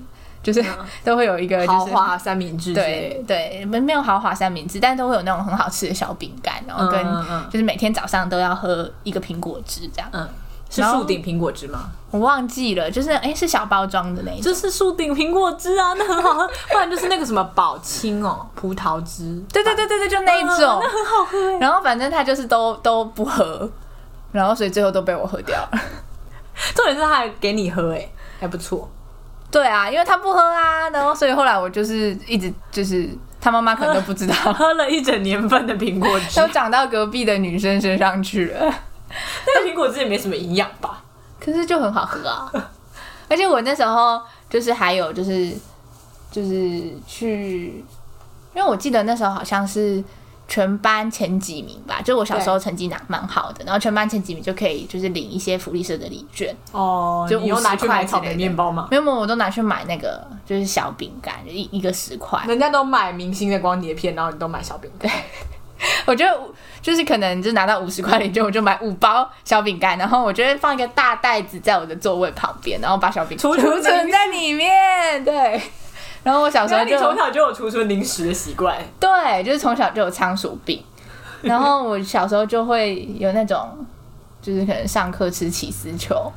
[SPEAKER 2] 就是 *laughs* 都会有一个就
[SPEAKER 1] 豪
[SPEAKER 2] 是
[SPEAKER 1] 华三明治之类的
[SPEAKER 2] 对对，没没有豪华三明治，但都会有那种很好吃的小饼干，然后跟
[SPEAKER 1] 嗯嗯
[SPEAKER 2] 就是每天早上都要喝一个苹果汁这样。
[SPEAKER 1] 嗯，是
[SPEAKER 2] 然后
[SPEAKER 1] 树顶苹果汁吗？
[SPEAKER 2] 我忘记了，就是哎是小包装的那一种，
[SPEAKER 1] 就是树顶苹果汁啊，那很好喝。不然就是那个什么宝清哦，葡萄汁。
[SPEAKER 2] 对对对对对，就那一
[SPEAKER 1] 嗯
[SPEAKER 2] 种，那很好
[SPEAKER 1] 欸
[SPEAKER 2] 喝。然后反正他就是都都不喝，然后所以最后都被我喝掉了。 *laughs*
[SPEAKER 1] 重点是他还给你喝、哎，还不错。
[SPEAKER 2] 对啊，因为他不喝啊，然后所以后来我就是一直就是他妈妈可能都不知道，
[SPEAKER 1] 喝了一整年份的苹果汁 *laughs*
[SPEAKER 2] 都，长到隔壁的女生身上去了。
[SPEAKER 1] 那个苹果汁也没什么营养吧？
[SPEAKER 2] 可是就很好喝啊。而且我那时候就是还有就是就是去，因为我记得那时候好像是全班前几名吧，就我小时候成绩拿蛮好的，然后全班前几名就可以就是领一些福利社的礼券，
[SPEAKER 1] 哦，
[SPEAKER 2] 就
[SPEAKER 1] 你又拿去
[SPEAKER 2] 50块
[SPEAKER 1] 买草莓面包吗？
[SPEAKER 2] 没有，没有我都拿去买那个就是小饼干，就一一个十块。
[SPEAKER 1] 人家都买明星的光碟片，然后你都买小饼干。
[SPEAKER 2] 我觉得就是可能就拿到五十块礼券，我就买五包小饼干，然后我就会放一个大袋子在我的座位旁边，然后把小饼
[SPEAKER 1] 储存
[SPEAKER 2] 存在里面。对，然后我小时
[SPEAKER 1] 所
[SPEAKER 2] 候
[SPEAKER 1] 以你
[SPEAKER 2] 就
[SPEAKER 1] 从小就有储存零食的习惯，
[SPEAKER 2] 对，就是从小就有仓鼠病，然后我小时候就会有那种，就是可能上课吃起司球，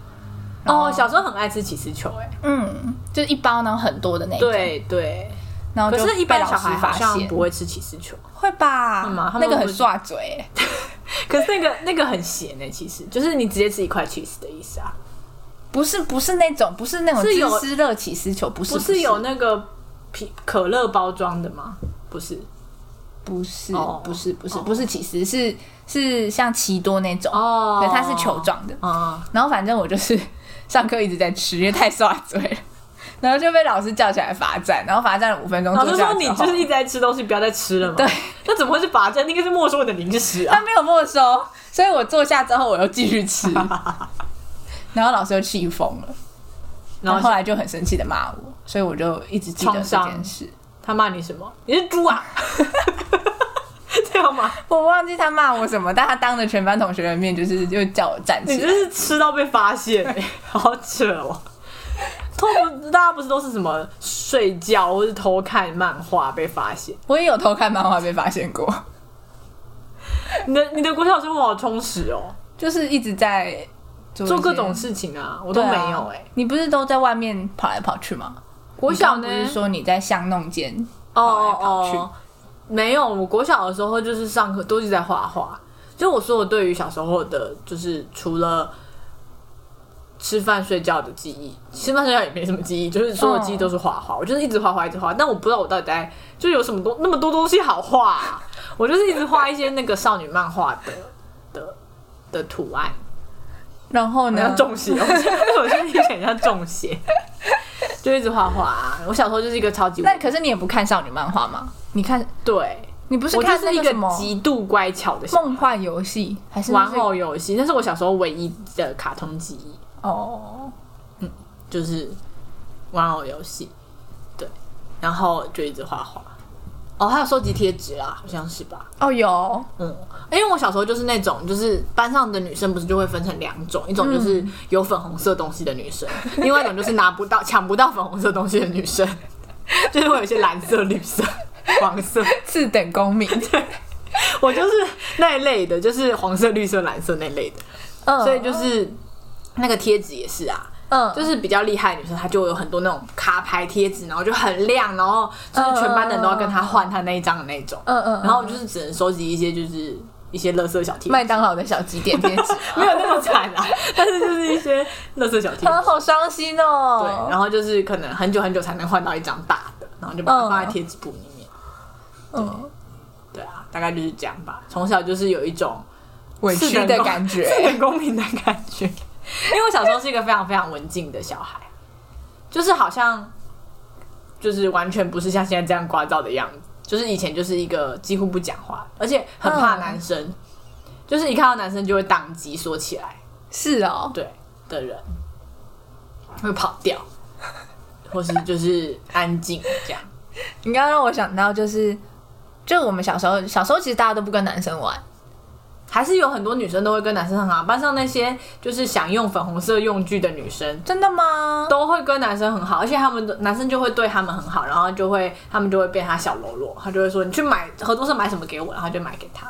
[SPEAKER 2] 然后
[SPEAKER 1] 哦，小时候很爱吃起司球、哎，
[SPEAKER 2] 嗯，就是一包然后很多的那一种，
[SPEAKER 1] 对对。
[SPEAKER 2] 然后
[SPEAKER 1] 可，
[SPEAKER 2] 就是
[SPEAKER 1] 一般
[SPEAKER 2] 被老
[SPEAKER 1] 小
[SPEAKER 2] 师
[SPEAKER 1] 孩好
[SPEAKER 2] 发
[SPEAKER 1] 像
[SPEAKER 2] 现
[SPEAKER 1] 不会吃起司球，
[SPEAKER 2] 会吧
[SPEAKER 1] 嗯嘛他
[SPEAKER 2] 那
[SPEAKER 1] 们
[SPEAKER 2] 个很
[SPEAKER 1] 不是
[SPEAKER 2] 刷嘴欸，
[SPEAKER 1] 欸可是那个那个很咸呢、其实就是你直接吃一块 cheese 的意思啊。
[SPEAKER 2] 不是不是那种不是那种
[SPEAKER 1] 是有
[SPEAKER 2] 自私热起丝球，不是
[SPEAKER 1] 不是有那个啤可乐包装的吗？不是
[SPEAKER 2] 不是
[SPEAKER 1] 哦
[SPEAKER 2] 不是不是
[SPEAKER 1] 哦
[SPEAKER 2] 不是起司，是是像奇多那种，
[SPEAKER 1] 哦
[SPEAKER 2] 对，它是球状的。
[SPEAKER 1] 啊，
[SPEAKER 2] 然后反正我就是上课一直在吃，因为太刷嘴了， *laughs* 然后就被老师叫起来罚站，然后罚站了五分钟。
[SPEAKER 1] 老师
[SPEAKER 2] 坐下
[SPEAKER 1] 说
[SPEAKER 2] 之
[SPEAKER 1] 你
[SPEAKER 2] 后
[SPEAKER 1] 嗯就是一直在吃东西，不要再吃了嘛。
[SPEAKER 2] 对，
[SPEAKER 1] 那怎么会是罚站？那个是没收你的零食啊
[SPEAKER 2] 他。没有没收，所以我坐下之后我又继续吃，然后老师又气疯了，
[SPEAKER 1] *laughs* 然
[SPEAKER 2] 然后
[SPEAKER 1] 后
[SPEAKER 2] 后来就很生气的骂我，所以我就一直记得
[SPEAKER 1] 创
[SPEAKER 2] 这
[SPEAKER 1] 伤
[SPEAKER 2] 件事。
[SPEAKER 1] 他骂你什么？你是猪啊？ *laughs* 这样吗？
[SPEAKER 2] 我忘记他骂我什么，但他当着全班同学的面就是又叫我站
[SPEAKER 1] 你
[SPEAKER 2] 起
[SPEAKER 1] 真
[SPEAKER 2] 来。
[SPEAKER 1] 是吃到被发现、欸，好扯哦。偷大家不是都是什么睡觉或是偷看漫画被发现？
[SPEAKER 2] 我也有偷看漫画被发现过，
[SPEAKER 1] *laughs* 你的你的国小生活好充实哦，
[SPEAKER 2] 就是一直在做
[SPEAKER 1] 做
[SPEAKER 2] 一
[SPEAKER 1] 各
[SPEAKER 2] 些
[SPEAKER 1] 种事情啊，我都
[SPEAKER 2] 对啊
[SPEAKER 1] 没有哎、
[SPEAKER 2] 你不是都在外面跑来跑去吗？
[SPEAKER 1] 国小呢
[SPEAKER 2] 你刚刚不是说你在巷弄间
[SPEAKER 1] 哦
[SPEAKER 2] 来跑去
[SPEAKER 1] 哦，没有。我国小的时候就是上课都是在画画，就我说我对于小时候的，就是除了吃饭睡觉的记忆，吃饭睡觉也没什么记忆，就是所有记忆都是画画。我就是一直画画，一直画，但我不知道我到底在就有什么东那么多东西好画啊、我就是一直画一些那个少女漫画的的的图案，
[SPEAKER 2] 然后
[SPEAKER 1] 很
[SPEAKER 2] 呢
[SPEAKER 1] 像？中邪，我现在我现在听起来很像中 *laughs* 邪，就一直画画、啊。我小时候就是一个超级
[SPEAKER 2] 那可是你也不看少女漫画吗？你看，
[SPEAKER 1] 对。
[SPEAKER 2] 你不是
[SPEAKER 1] 我就
[SPEAKER 2] 看
[SPEAKER 1] 是
[SPEAKER 2] 那
[SPEAKER 1] 一
[SPEAKER 2] 个
[SPEAKER 1] 个
[SPEAKER 2] 什么
[SPEAKER 1] 极度乖巧的小
[SPEAKER 2] 梦幻游戏还是那
[SPEAKER 1] 玩
[SPEAKER 2] 是
[SPEAKER 1] 偶游戏，那是我小时候唯一的卡通记忆，
[SPEAKER 2] 哦？
[SPEAKER 1] 就是玩偶游戏。对，然后就一直画画。哦，还有收集贴纸啊啦，好像是吧？
[SPEAKER 2] 哦，有
[SPEAKER 1] 嗯，因为我小时候就是那种，就是班上的女生不是就会分成两种，一种就是
[SPEAKER 2] 嗯
[SPEAKER 1] 有粉红色东西的女生，另外一种就是拿不到、抢不到粉红色东西的女生， *laughs* 就是会有一些蓝色、绿色、黄
[SPEAKER 2] *laughs*
[SPEAKER 1] 色。
[SPEAKER 2] 次等
[SPEAKER 1] *laughs*
[SPEAKER 2] 公民，
[SPEAKER 1] 我就是那一类的，就是黄色、绿色、蓝色那类的。
[SPEAKER 2] 嗯，
[SPEAKER 1] 所以就是那个贴纸也是啊，
[SPEAKER 2] 嗯，
[SPEAKER 1] 就是比较厉害的女生，她就有很多那种卡牌贴纸，然后就很亮，然后就是全班的人都要跟她换她那一张的那种。
[SPEAKER 2] 嗯嗯嗯
[SPEAKER 1] 然后我就是只能收集一些就是一些垃圾小贴纸，
[SPEAKER 2] 麦当劳的小几点贴纸，
[SPEAKER 1] 没有那 *laughs* 么惨啊，但是就是一些垃圾 *laughs* 小贴纸。
[SPEAKER 2] 啊，好伤心
[SPEAKER 1] 对，
[SPEAKER 2] 哦。
[SPEAKER 1] 然后就是可能很久很久才能换到一张大的，然后就把它放在贴纸布里面。
[SPEAKER 2] 嗯，
[SPEAKER 1] 对啊，大概就是这样吧。从小就是有一种
[SPEAKER 2] 委
[SPEAKER 1] 四
[SPEAKER 2] 屈
[SPEAKER 1] 等
[SPEAKER 2] 的
[SPEAKER 1] 公 *laughs*
[SPEAKER 2] 感觉，
[SPEAKER 1] 四等公民的感觉。 *laughs* 因为我小时候是一个非常非常文静的小孩，就是好像就是完全不是像现在这样聒噪的样子，就是以前就是一个几乎不讲话，而且很怕男生，就是一看到男生就会宕机缩起来，
[SPEAKER 2] 是哦，
[SPEAKER 1] 对的人会跑掉，或是就是安静这样。
[SPEAKER 2] 你刚刚让我想到就是，就我们小时候，小时候其实大家都不跟男生玩，
[SPEAKER 1] 还是有很多女生都会跟男生很好，班上那些就是想用粉红色用具的女生，
[SPEAKER 2] 真的吗？
[SPEAKER 1] 都会跟男生很好，而且他们的男生就会对他们很好，然后就会他们就会变他小喽啰，他就会说你去买合作社买什么给我，然后就买给他，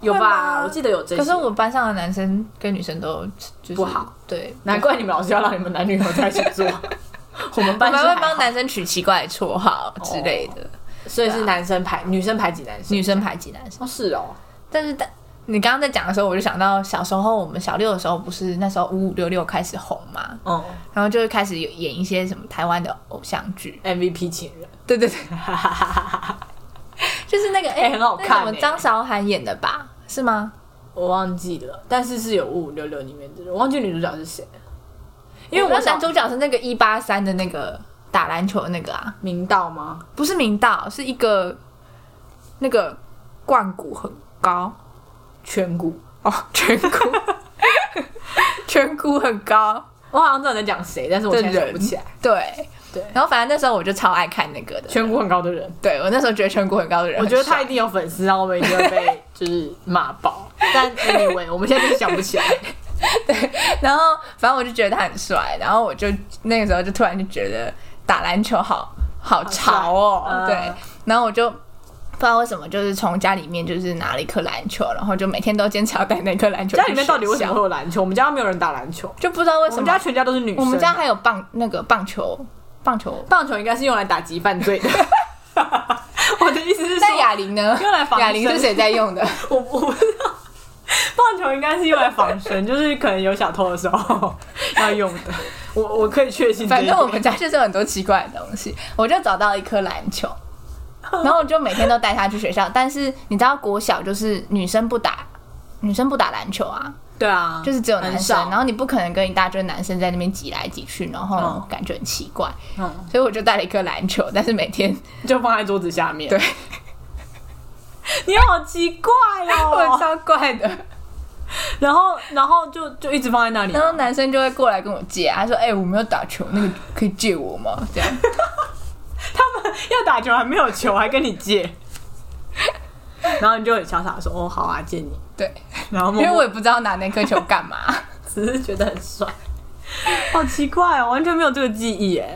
[SPEAKER 1] 有
[SPEAKER 2] 会
[SPEAKER 1] 吧？
[SPEAKER 2] 吗
[SPEAKER 1] 我记得有这些。
[SPEAKER 2] 可是我班上的男生跟女生都就是
[SPEAKER 1] 不好，
[SPEAKER 2] 对，
[SPEAKER 1] 难怪你们老师要让你们男女合在一起 *laughs* 做，我们
[SPEAKER 2] 我
[SPEAKER 1] 班
[SPEAKER 2] 们
[SPEAKER 1] 是
[SPEAKER 2] 会
[SPEAKER 1] 还
[SPEAKER 2] 帮
[SPEAKER 1] 好，哦
[SPEAKER 2] 男生取奇怪的绰号之类的，
[SPEAKER 1] 所以是男生排啊女生排挤男生。
[SPEAKER 2] 女生排挤男生。
[SPEAKER 1] 哦，是哦，
[SPEAKER 2] 但是但你刚刚在讲的时候，我就想到小时候我们小六的时候，不是那时候五五六六开始红嘛，
[SPEAKER 1] 嗯
[SPEAKER 2] 然后就会开始有演一些什么台湾的偶像剧，
[SPEAKER 1] ，MVP 情人， *laughs*
[SPEAKER 2] 对对对，就是那个哎、
[SPEAKER 1] 哎很好
[SPEAKER 2] 那
[SPEAKER 1] 看
[SPEAKER 2] 什么
[SPEAKER 1] 哎
[SPEAKER 2] 张韶涵演的吧？是吗？
[SPEAKER 1] 我忘记了，但是是有五五六六里面的人，我忘记女主角是谁了，因为
[SPEAKER 2] 我
[SPEAKER 1] 我
[SPEAKER 2] 男
[SPEAKER 1] 想
[SPEAKER 2] 主角是那个一八三的那个打篮球的那个啊，
[SPEAKER 1] 明道吗？
[SPEAKER 2] 不是明道，是一个那个冠骨很高
[SPEAKER 1] 颧骨，
[SPEAKER 2] 哦，颧 *laughs* 骨，颧骨很高
[SPEAKER 1] 我好像知道你在讲谁，但是我
[SPEAKER 2] 的
[SPEAKER 1] 现在想
[SPEAKER 2] 人
[SPEAKER 1] 不起来。。
[SPEAKER 2] 对
[SPEAKER 1] 对
[SPEAKER 2] 然后反正那时候我就超爱看那个的，
[SPEAKER 1] 颧骨很高的人。
[SPEAKER 2] 对我那时候觉得颧骨很高的人
[SPEAKER 1] 我
[SPEAKER 2] 很
[SPEAKER 1] 觉得
[SPEAKER 2] 帅，
[SPEAKER 1] 他一定有粉丝，然后我们一定会 *laughs* 被就是骂爆。但 anyway，我们现在就是想不起来。
[SPEAKER 2] *laughs* 然后反正我就觉得他很帅，然后我就那个时候就突然就觉得打篮球好好潮哦，
[SPEAKER 1] 好帅嗯
[SPEAKER 2] 对，然后我就。不知道为什么，就是从家里面就是拿了一颗篮球，然后就每天都坚持要带那颗篮
[SPEAKER 1] *laughs*
[SPEAKER 2] 球。
[SPEAKER 1] 家里面到底为什么会有篮球？我们家没有人打篮球，
[SPEAKER 2] 就不知道为
[SPEAKER 1] 我
[SPEAKER 2] 什么
[SPEAKER 1] 们家全家都是女生。
[SPEAKER 2] 我们家还有棒那个棒球，棒球。
[SPEAKER 1] 棒球应该是用来打击犯罪的。 *laughs* 我的意思是说
[SPEAKER 2] 那，哑铃呢？
[SPEAKER 1] 用来防身
[SPEAKER 2] 哑铃是谁在用的？
[SPEAKER 1] 我 *laughs* 我不知道。棒球应该是用来防身，就是可能有小偷的时候， *laughs* 要用的。我我可以确信这一
[SPEAKER 2] 反
[SPEAKER 1] 点，
[SPEAKER 2] 正我们家就是有很多奇怪的东西，我就找到一颗篮球，然后我就每天都带它去学校。但是你知道，国小就是女生不打，女生不打篮球啊，
[SPEAKER 1] 对啊，
[SPEAKER 2] 就是只有男
[SPEAKER 1] 很
[SPEAKER 2] 生
[SPEAKER 1] 少。，
[SPEAKER 2] 然后你不可能跟一大堆男生在那边挤来挤去，然后
[SPEAKER 1] 嗯
[SPEAKER 2] 感觉很奇怪。
[SPEAKER 1] 嗯，
[SPEAKER 2] 所以我就带了一颗篮球，但是每天
[SPEAKER 1] 就放在桌子下面。
[SPEAKER 2] 对，
[SPEAKER 1] *laughs* 你好奇怪 *laughs*
[SPEAKER 2] *laughs* 我
[SPEAKER 1] 哦。
[SPEAKER 2] 超怪的。
[SPEAKER 1] 然后然后就就一直放在那里
[SPEAKER 2] 然。后男生就会过来跟我借，他说：“哎、我没有打球，那个可以借我吗？”这样，
[SPEAKER 1] 他们要打球还没有球，还跟你借。 *laughs* 然后你就很潇洒地说：“哦，好啊，借你。
[SPEAKER 2] 对，”
[SPEAKER 1] 然后
[SPEAKER 2] 因
[SPEAKER 1] 默默
[SPEAKER 2] 为我也不知道拿那颗球干嘛。 *laughs*
[SPEAKER 1] 只是觉得很帅，好奇怪哦，完全没有这个记忆哎。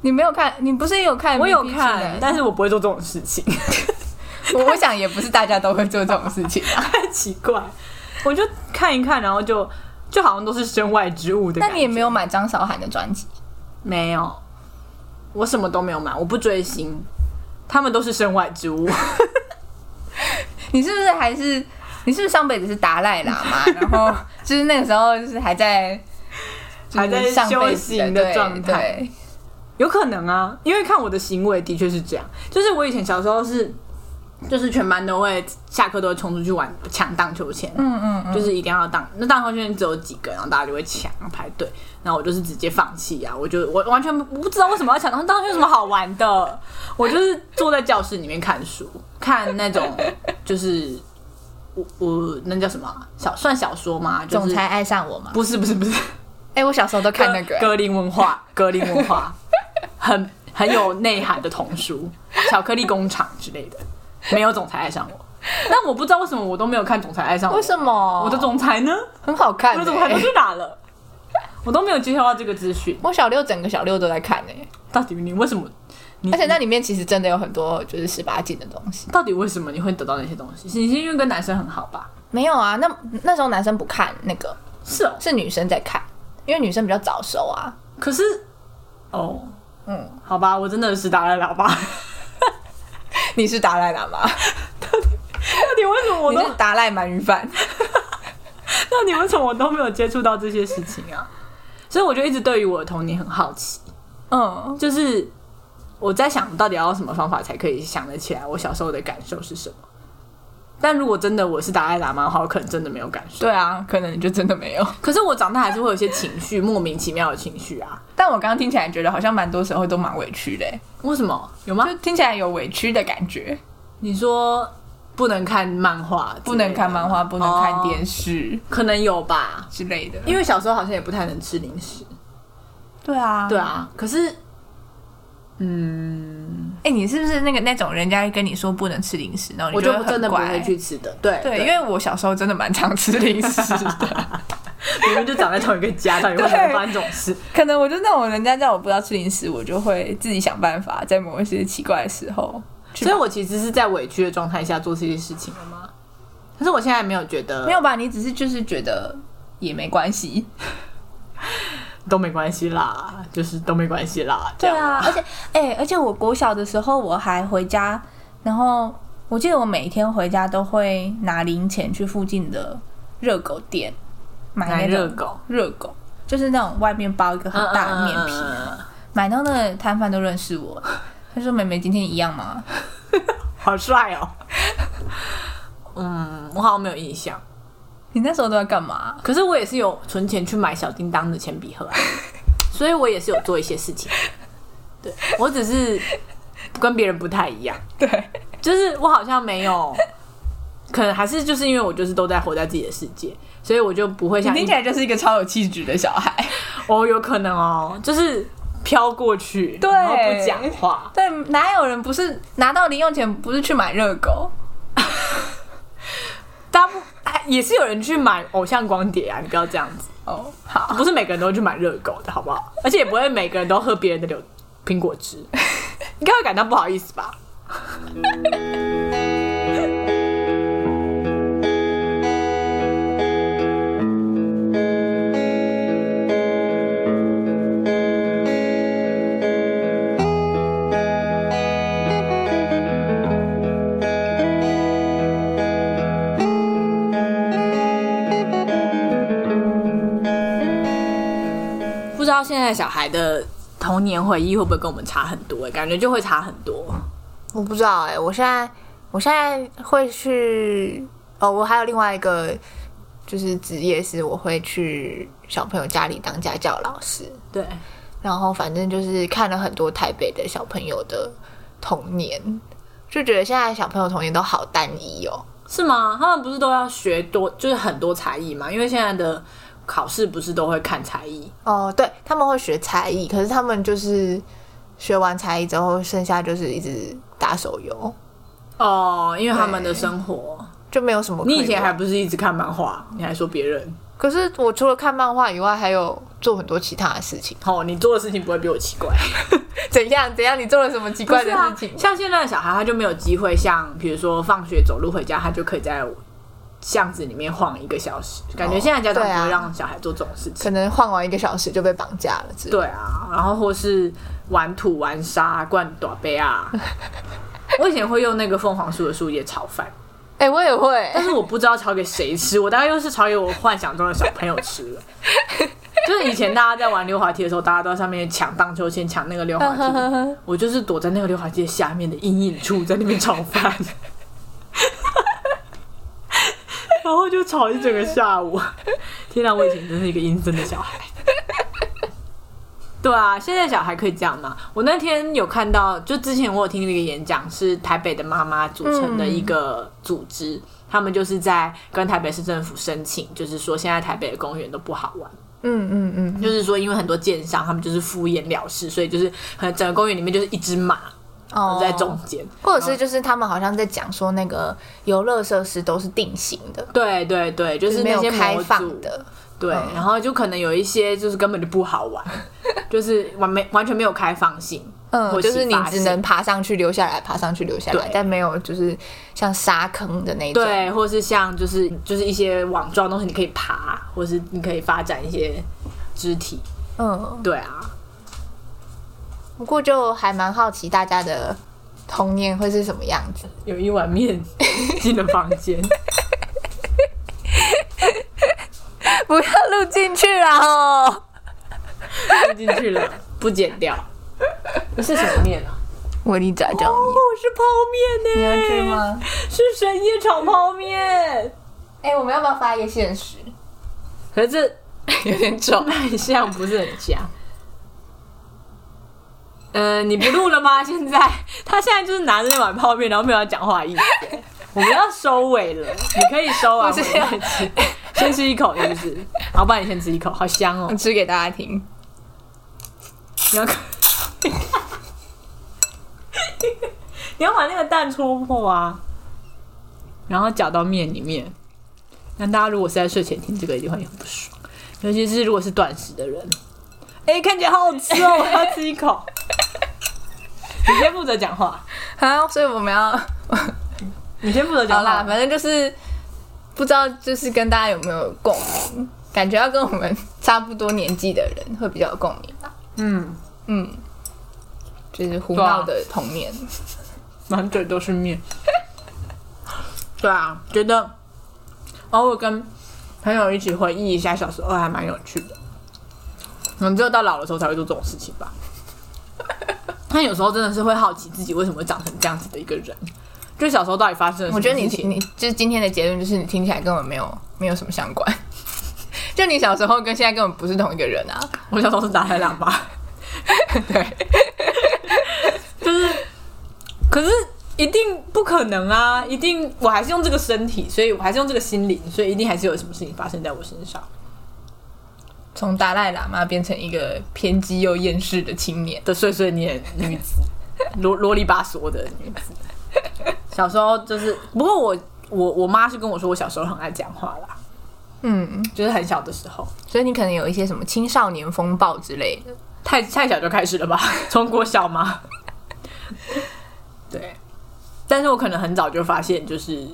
[SPEAKER 2] 你没有看，你不是也有看 MVP 的？
[SPEAKER 1] 我有看，但是我不会做这种事情， *laughs*
[SPEAKER 2] *laughs* 我我想也不是大家都会做这种事情啊。
[SPEAKER 1] 太奇怪。我就看一看，然后就就好像都是身外之物的
[SPEAKER 2] 那
[SPEAKER 1] 感觉。
[SPEAKER 2] 你也没有买张韶涵的专辑，
[SPEAKER 1] 没有，我什么都没有买，我不追星，他们都是身外之物。
[SPEAKER 2] 你是不是还是你是不是上辈子是达赖喇嘛？然后就是那个时候就是还在。就是
[SPEAKER 1] 还在
[SPEAKER 2] 上辈
[SPEAKER 1] 修
[SPEAKER 2] 子的
[SPEAKER 1] 行的
[SPEAKER 2] 对
[SPEAKER 1] 状态
[SPEAKER 2] 对
[SPEAKER 1] 有可能啊，因为看我的行为的确是这样，就是我以前小时候是，就是全班都会下课都会冲出去玩抢荡秋千，嗯嗯就是一定要荡，那荡秋千只有几个，然后大家就会抢排队，然后我就是直接放弃啊，我就我完全不知道为什么要抢荡荡秋千有什么好玩的，我就是坐在教室里面看书，看那种 *laughs* 就是我我那叫什么啊小算小说吗？就是、
[SPEAKER 2] 总裁爱上我嘛？
[SPEAKER 1] 不是不是不是。
[SPEAKER 2] 哎、我小时候都看那个、
[SPEAKER 1] 格林文
[SPEAKER 2] *laughs*
[SPEAKER 1] 化，格林文化，很很有内涵的童书，《巧克力工厂》之类的，没有《总裁爱上我》，但我不知道为什么我都没有看《总裁爱上我》，
[SPEAKER 2] 欸为什么？
[SPEAKER 1] 我的总裁呢？
[SPEAKER 2] 很好看、
[SPEAKER 1] 我
[SPEAKER 2] 欸，
[SPEAKER 1] 的总裁都去哪了？我都没有接受到这个资讯，
[SPEAKER 2] 我小六整个小六都在看诶、
[SPEAKER 1] 到底你为什么？你
[SPEAKER 2] 而且那里面其实真的有很多就是十八禁的东西。
[SPEAKER 1] 到底为什么你会得到那些东西？你是因为跟男生很好吧？
[SPEAKER 2] 没有啊，那那时候男生不看那个，
[SPEAKER 1] 是哦，
[SPEAKER 2] 是女生在看，因为女生比较早熟啊。
[SPEAKER 1] 可是哦，
[SPEAKER 2] 嗯，
[SPEAKER 1] 好吧，我真的是达赖喇 *laughs* 叭，到
[SPEAKER 2] 你是达赖喇嘛，
[SPEAKER 1] 底为什么我
[SPEAKER 2] 你
[SPEAKER 1] 都
[SPEAKER 2] 是达赖鳗鱼饭。
[SPEAKER 1] 那你为什么我都没有接触到这些事情啊？所以我就一直对于我的童年很好奇，
[SPEAKER 2] *laughs* 嗯，
[SPEAKER 1] 就是我在想到底要用什么方法才可以想得起来我小时候的感受是什么。但如果真的我是达赖喇嘛的话，我可能真的没有感受。
[SPEAKER 2] 对啊，可能你就真的没有。
[SPEAKER 1] 可是我长大还是会有一些情绪，莫名其妙的情绪啊。
[SPEAKER 2] 但我刚刚听起来觉得好像蛮多时候都蛮委屈的欸、
[SPEAKER 1] 为什么？有吗？
[SPEAKER 2] 就听起来有委屈的感觉。
[SPEAKER 1] 你说不能看漫画，
[SPEAKER 2] 不能看漫，画，不能看
[SPEAKER 1] 哦
[SPEAKER 2] 电视
[SPEAKER 1] 可能有吧？
[SPEAKER 2] 之类的。
[SPEAKER 1] 因为小时候好像也不太能吃零食。
[SPEAKER 2] 对啊，
[SPEAKER 1] 对啊，可是，嗯，
[SPEAKER 2] 哎、你是不是那个那种人家跟你说不能吃零食，然后你
[SPEAKER 1] 我就
[SPEAKER 2] 就会很
[SPEAKER 1] 真的不
[SPEAKER 2] 乖
[SPEAKER 1] 会去吃的。对
[SPEAKER 2] 对，因为我小时候真的蛮常吃零 *laughs* 食的，
[SPEAKER 1] 明明就长在同一个家，到底为什么会发生这种事？
[SPEAKER 2] 可能我就那种人家叫我不要吃零食，我就会自己想办法，在某一些奇怪的时候去
[SPEAKER 1] 所以我其实是在委屈的状态下做这些事情的吗？可是我现在没有觉得，
[SPEAKER 2] 没有吧？你只是就是觉得也没关系，
[SPEAKER 1] 都没关系啦，就是都没关系啦。这
[SPEAKER 2] 对
[SPEAKER 1] 样，
[SPEAKER 2] 啊，而且哎、而且我国小的时候我还回家，然后我记得我每天回家都会拿零钱去附近的热狗店买
[SPEAKER 1] 买
[SPEAKER 2] 那
[SPEAKER 1] 热
[SPEAKER 2] 种
[SPEAKER 1] 狗，
[SPEAKER 2] 热狗，就是那种外面包一个呃很大的面皮，
[SPEAKER 1] 嗯
[SPEAKER 2] 买到那个摊贩都认识我，他说：“妹妹今天一样吗 *laughs*
[SPEAKER 1] 好帅哦。 *laughs* 嗯，我好像没有印象，？”
[SPEAKER 2] 你那时候都在干嘛？
[SPEAKER 1] 可是我也是有存钱去买小叮当的铅笔
[SPEAKER 2] *laughs*
[SPEAKER 1] 盒啊、所以我也是有做一些事情。对我只是跟别人不太一样，
[SPEAKER 2] 对，
[SPEAKER 1] 就是我好像没有，可能还是就是因为我就是都在活在自己的世界，所以我就不会
[SPEAKER 2] 你
[SPEAKER 1] 像
[SPEAKER 2] 听
[SPEAKER 1] 一
[SPEAKER 2] 起来就是一个超有气质的小孩。 *laughs*
[SPEAKER 1] 哦，有可能哦，就是飘过去，
[SPEAKER 2] 对
[SPEAKER 1] 然后不讲话。
[SPEAKER 2] 对，哪有人不是拿到零用钱不是去买热狗？
[SPEAKER 1] 大部哎也是有人去买偶像光碟啊，你不要这样子，
[SPEAKER 2] 哦，好，
[SPEAKER 1] 不是每个人都会去买热狗的好不好？而且也不会每个人都喝别人的柳苹果汁，应该会感到不好意思吧？在小孩的童年回忆会不会跟我们差很多、欸？感觉就会差很多。
[SPEAKER 2] 我不知道哎、我现在我现在会去哦，我还有另外一个就是职业是我会去小朋友家里当家教老师，
[SPEAKER 1] 对，
[SPEAKER 2] 然后反正就是看了很多台北的小朋友的童年，就觉得现在小朋友童年都好单一哦。
[SPEAKER 1] 是吗？他们不是都要学多，就是很多才艺嘛？因为现在的考试不是都会看才艺？
[SPEAKER 2] 哦，对，他们会学才艺，可是他们就是学完才艺之后，剩下就是一直打手游，
[SPEAKER 1] 哦，因为他们的生活。
[SPEAKER 2] 就没有什么可
[SPEAKER 1] 你
[SPEAKER 2] 玩。
[SPEAKER 1] 以前还不是一直看漫画？你还说别人？
[SPEAKER 2] 可是我除了看漫画以外，还有做很多其他的事情。
[SPEAKER 1] 哦，你做的事情不会比我奇怪。
[SPEAKER 2] 怎样？怎样？你做了什么奇怪的事情？
[SPEAKER 1] 像现在的小孩，他就没有机会像，比如说放学走路回家，他就可以在巷子里面晃一个小时。感觉现在家长
[SPEAKER 2] 对啊
[SPEAKER 1] 不会让小孩做这种事情。
[SPEAKER 2] 可能晃完一个小时就被绑架了之类的。
[SPEAKER 1] 对啊，然后或是玩土、玩沙、灌短杯啊。我以前会用那个凤凰树的树叶炒饭，
[SPEAKER 2] 哎、我也 *laughs* 会。
[SPEAKER 1] 但是我不知道炒给谁吃，我大概又是炒给我幻想中的小朋友吃了。 *laughs* 就是以前大家在玩溜滑梯的时候，大家都在上面抢荡秋千、抢那个
[SPEAKER 2] 嗯
[SPEAKER 1] 溜滑梯，我就是躲在那个溜滑梯的下面的阴影处，在那边炒饭，然后就炒一整个下午。天哪，我以前真是一个阴森的小孩。对啊，现在小孩可以这样吗？我那天有看到，就之前我有听一个演讲，是台北的妈妈组成的一个组织，他们就是在跟台北市政府申请，就是说现在台北的公园都不好玩，
[SPEAKER 2] 嗯嗯嗯，
[SPEAKER 1] 就是说因为很多建商他们就是敷衍了事，所以就是很整个公园里面就是一只马
[SPEAKER 2] 哦
[SPEAKER 1] 在中间。
[SPEAKER 2] 或者是就是他们好像在讲说那个游乐设施都是定型的，
[SPEAKER 1] 对对对，就是那
[SPEAKER 2] 没有
[SPEAKER 1] 些
[SPEAKER 2] 开
[SPEAKER 1] 模组
[SPEAKER 2] 放，嗯的。
[SPEAKER 1] 对，然后就可能有一些就是根本就不好
[SPEAKER 2] *laughs*
[SPEAKER 1] 玩，就是完没完全没有开放性，
[SPEAKER 2] 嗯，
[SPEAKER 1] 或
[SPEAKER 2] 就是
[SPEAKER 1] 启
[SPEAKER 2] 你
[SPEAKER 1] 发
[SPEAKER 2] 只
[SPEAKER 1] 性
[SPEAKER 2] 能爬上去留下来，爬上去留下来
[SPEAKER 1] 对，
[SPEAKER 2] 但没有就是像沙坑的那种。
[SPEAKER 1] 对，或是像就是就是一些网状的东西，你可以爬，或是你可以发展一些肢体。
[SPEAKER 2] 嗯，
[SPEAKER 1] 对啊，
[SPEAKER 2] 不过就还蛮好奇大家的童年会是什么样子。
[SPEAKER 1] 有一碗面进了房间，
[SPEAKER 2] *laughs* 不要录进去啦哦。
[SPEAKER 1] 放进去了，不剪掉。你是什么面啊？
[SPEAKER 2] 我你炸酱
[SPEAKER 1] 哦
[SPEAKER 2] 面，，
[SPEAKER 1] 是泡面呢、
[SPEAKER 2] 你要吃？吗？
[SPEAKER 1] 是深夜炒泡面，
[SPEAKER 2] 哎、我们要不要发一个现实？
[SPEAKER 1] 可是 *laughs* 这
[SPEAKER 2] 有点重。
[SPEAKER 1] 卖相不是很佳。呃，你不录了吗？现在 *laughs* 他现在就是拿着那碗泡面，然后没有要讲话 *laughs* 的意思。我们要收尾了，你可以收啊，
[SPEAKER 2] 不是
[SPEAKER 1] 我们再吃。先吃一口是不是？好，不然你先吃一口，好香哦
[SPEAKER 2] 我。 *laughs* 吃给大家听。
[SPEAKER 1] 你要你要把那个蛋戳破啊，然后搅到面里面。那大家如果是在睡前听这个，一定会很不爽，尤其是如果是断食的人。哎、看起来好好吃
[SPEAKER 2] *laughs*
[SPEAKER 1] 哦，我要吃一口。你先负责讲话，
[SPEAKER 2] 好，所以我们 *laughs* 要
[SPEAKER 1] 你先负责
[SPEAKER 2] 好
[SPEAKER 1] 讲
[SPEAKER 2] 啦，
[SPEAKER 1] 话。
[SPEAKER 2] 反正就是不知道，就是跟大家有没有共鸣？感觉要跟我们差不多年纪的人会比较有共鸣吧。
[SPEAKER 1] 嗯，
[SPEAKER 2] 嗯，就是胡闹的童年。
[SPEAKER 1] *laughs* 满嘴都是面。对啊，觉得偶尔跟朋友一起回忆一下小时候还蛮有趣的。可能只有到老的时候才会做这种事情吧。 *laughs* 但有时候真的是会好奇自己为什么会长成这样子的一个人，就小时候到底发生了什
[SPEAKER 2] 我
[SPEAKER 1] 么
[SPEAKER 2] 觉
[SPEAKER 1] 事
[SPEAKER 2] 得你
[SPEAKER 1] 情？
[SPEAKER 2] 你就是今天的结论，就是你听起来根本没有没有什么相关。 *laughs* 就你小时候跟现在根本不是同一个人啊。
[SPEAKER 1] 我小时候是打海浪 *laughs* 吧。
[SPEAKER 2] 对，
[SPEAKER 1] 就是，可是一定不可能啊！一定，我还是用这个身体，所以我还是用这个心灵，所以一定还是有什么事情发生在我身上
[SPEAKER 2] 从达赖喇嘛变成一个偏激又厌世的青年。
[SPEAKER 1] 的碎碎念女子， *laughs* 啰啰里吧嗦的女子。小时候就是，不过我我我妈是跟我说，我小时候很爱讲话啦，
[SPEAKER 2] 嗯，
[SPEAKER 1] 就是很小的时候，
[SPEAKER 2] 所以你可能有一些什么青少年风暴之类的。
[SPEAKER 1] 太太小就开始了
[SPEAKER 2] *laughs*
[SPEAKER 1] 吧？从国小吗？对，但是我可能很早就发现，就是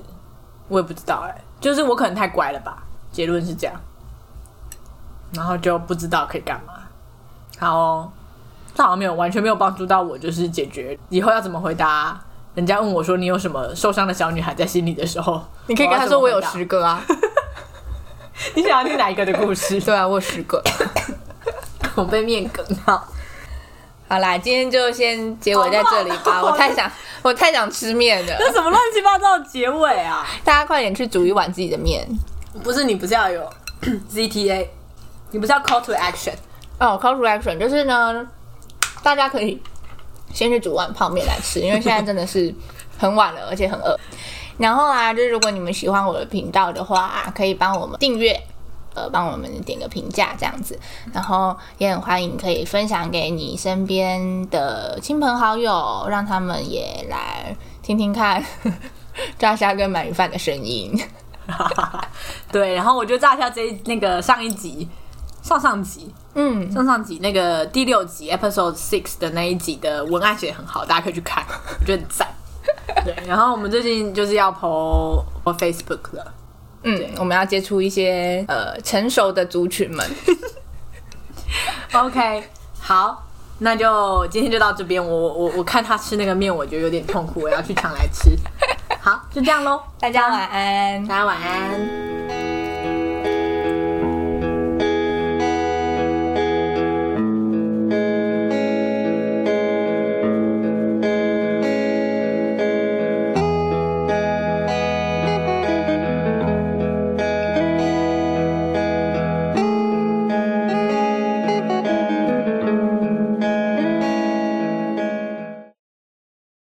[SPEAKER 1] 我也不知道哎、就是我可能太乖了吧？结论是这样，然后就不知道可以干嘛。好、哦，这好像没有完全没有帮助到我，就是解决以后要怎么回答人家问我说你有什么受伤的小女孩在心里的时候，
[SPEAKER 2] 你可以跟他说我
[SPEAKER 1] 要
[SPEAKER 2] 有
[SPEAKER 1] 怎么
[SPEAKER 2] 十
[SPEAKER 1] 回
[SPEAKER 2] *laughs* 个啊，
[SPEAKER 1] 答。你想要听哪一个的故事？
[SPEAKER 2] *laughs* 对啊，我有十个。
[SPEAKER 1] 我被面梗到。
[SPEAKER 3] 好啦，今天就先结尾在这里吧。
[SPEAKER 1] 好乱哦
[SPEAKER 3] 我太想，我太想吃面了。
[SPEAKER 1] *laughs* 这什么乱七八糟的结尾啊？
[SPEAKER 2] 大家快点去煮一碗自己的面。
[SPEAKER 1] 不是你不是要有 *coughs* ZTA，你不是要 call to action？ *laughs*
[SPEAKER 2] 哦，call to action 就是呢，大家可以先去煮碗泡面来吃，因为现在真的是很晚了，而且很饿。然后啊，就是如果你们喜欢我的频道的话、啊可以帮我们订阅，呃，帮我们点个评价这样子。然后也很欢迎可以分享给你身边的亲朋好友，让他们也来听听看 *laughs* 炸虾跟鳗鱼饭的声音。
[SPEAKER 1] 对，然后我就炸一下这一那个上一集、上上集、
[SPEAKER 2] 嗯，
[SPEAKER 1] 上上集那个第六集 episode six 的那一集的文案写得很好，大家可以去看，我觉得很赞。对，然后我们最近就是要 po po Facebook 了，
[SPEAKER 2] 嗯，我们要接触一些呃成熟的族群们。
[SPEAKER 1] OK，好，那就今天就到这边。我我我看他吃那个面，我觉得有点痛苦，我要去抢来吃。好，就这样喽，
[SPEAKER 3] 大家晚安。
[SPEAKER 1] 大家晚安。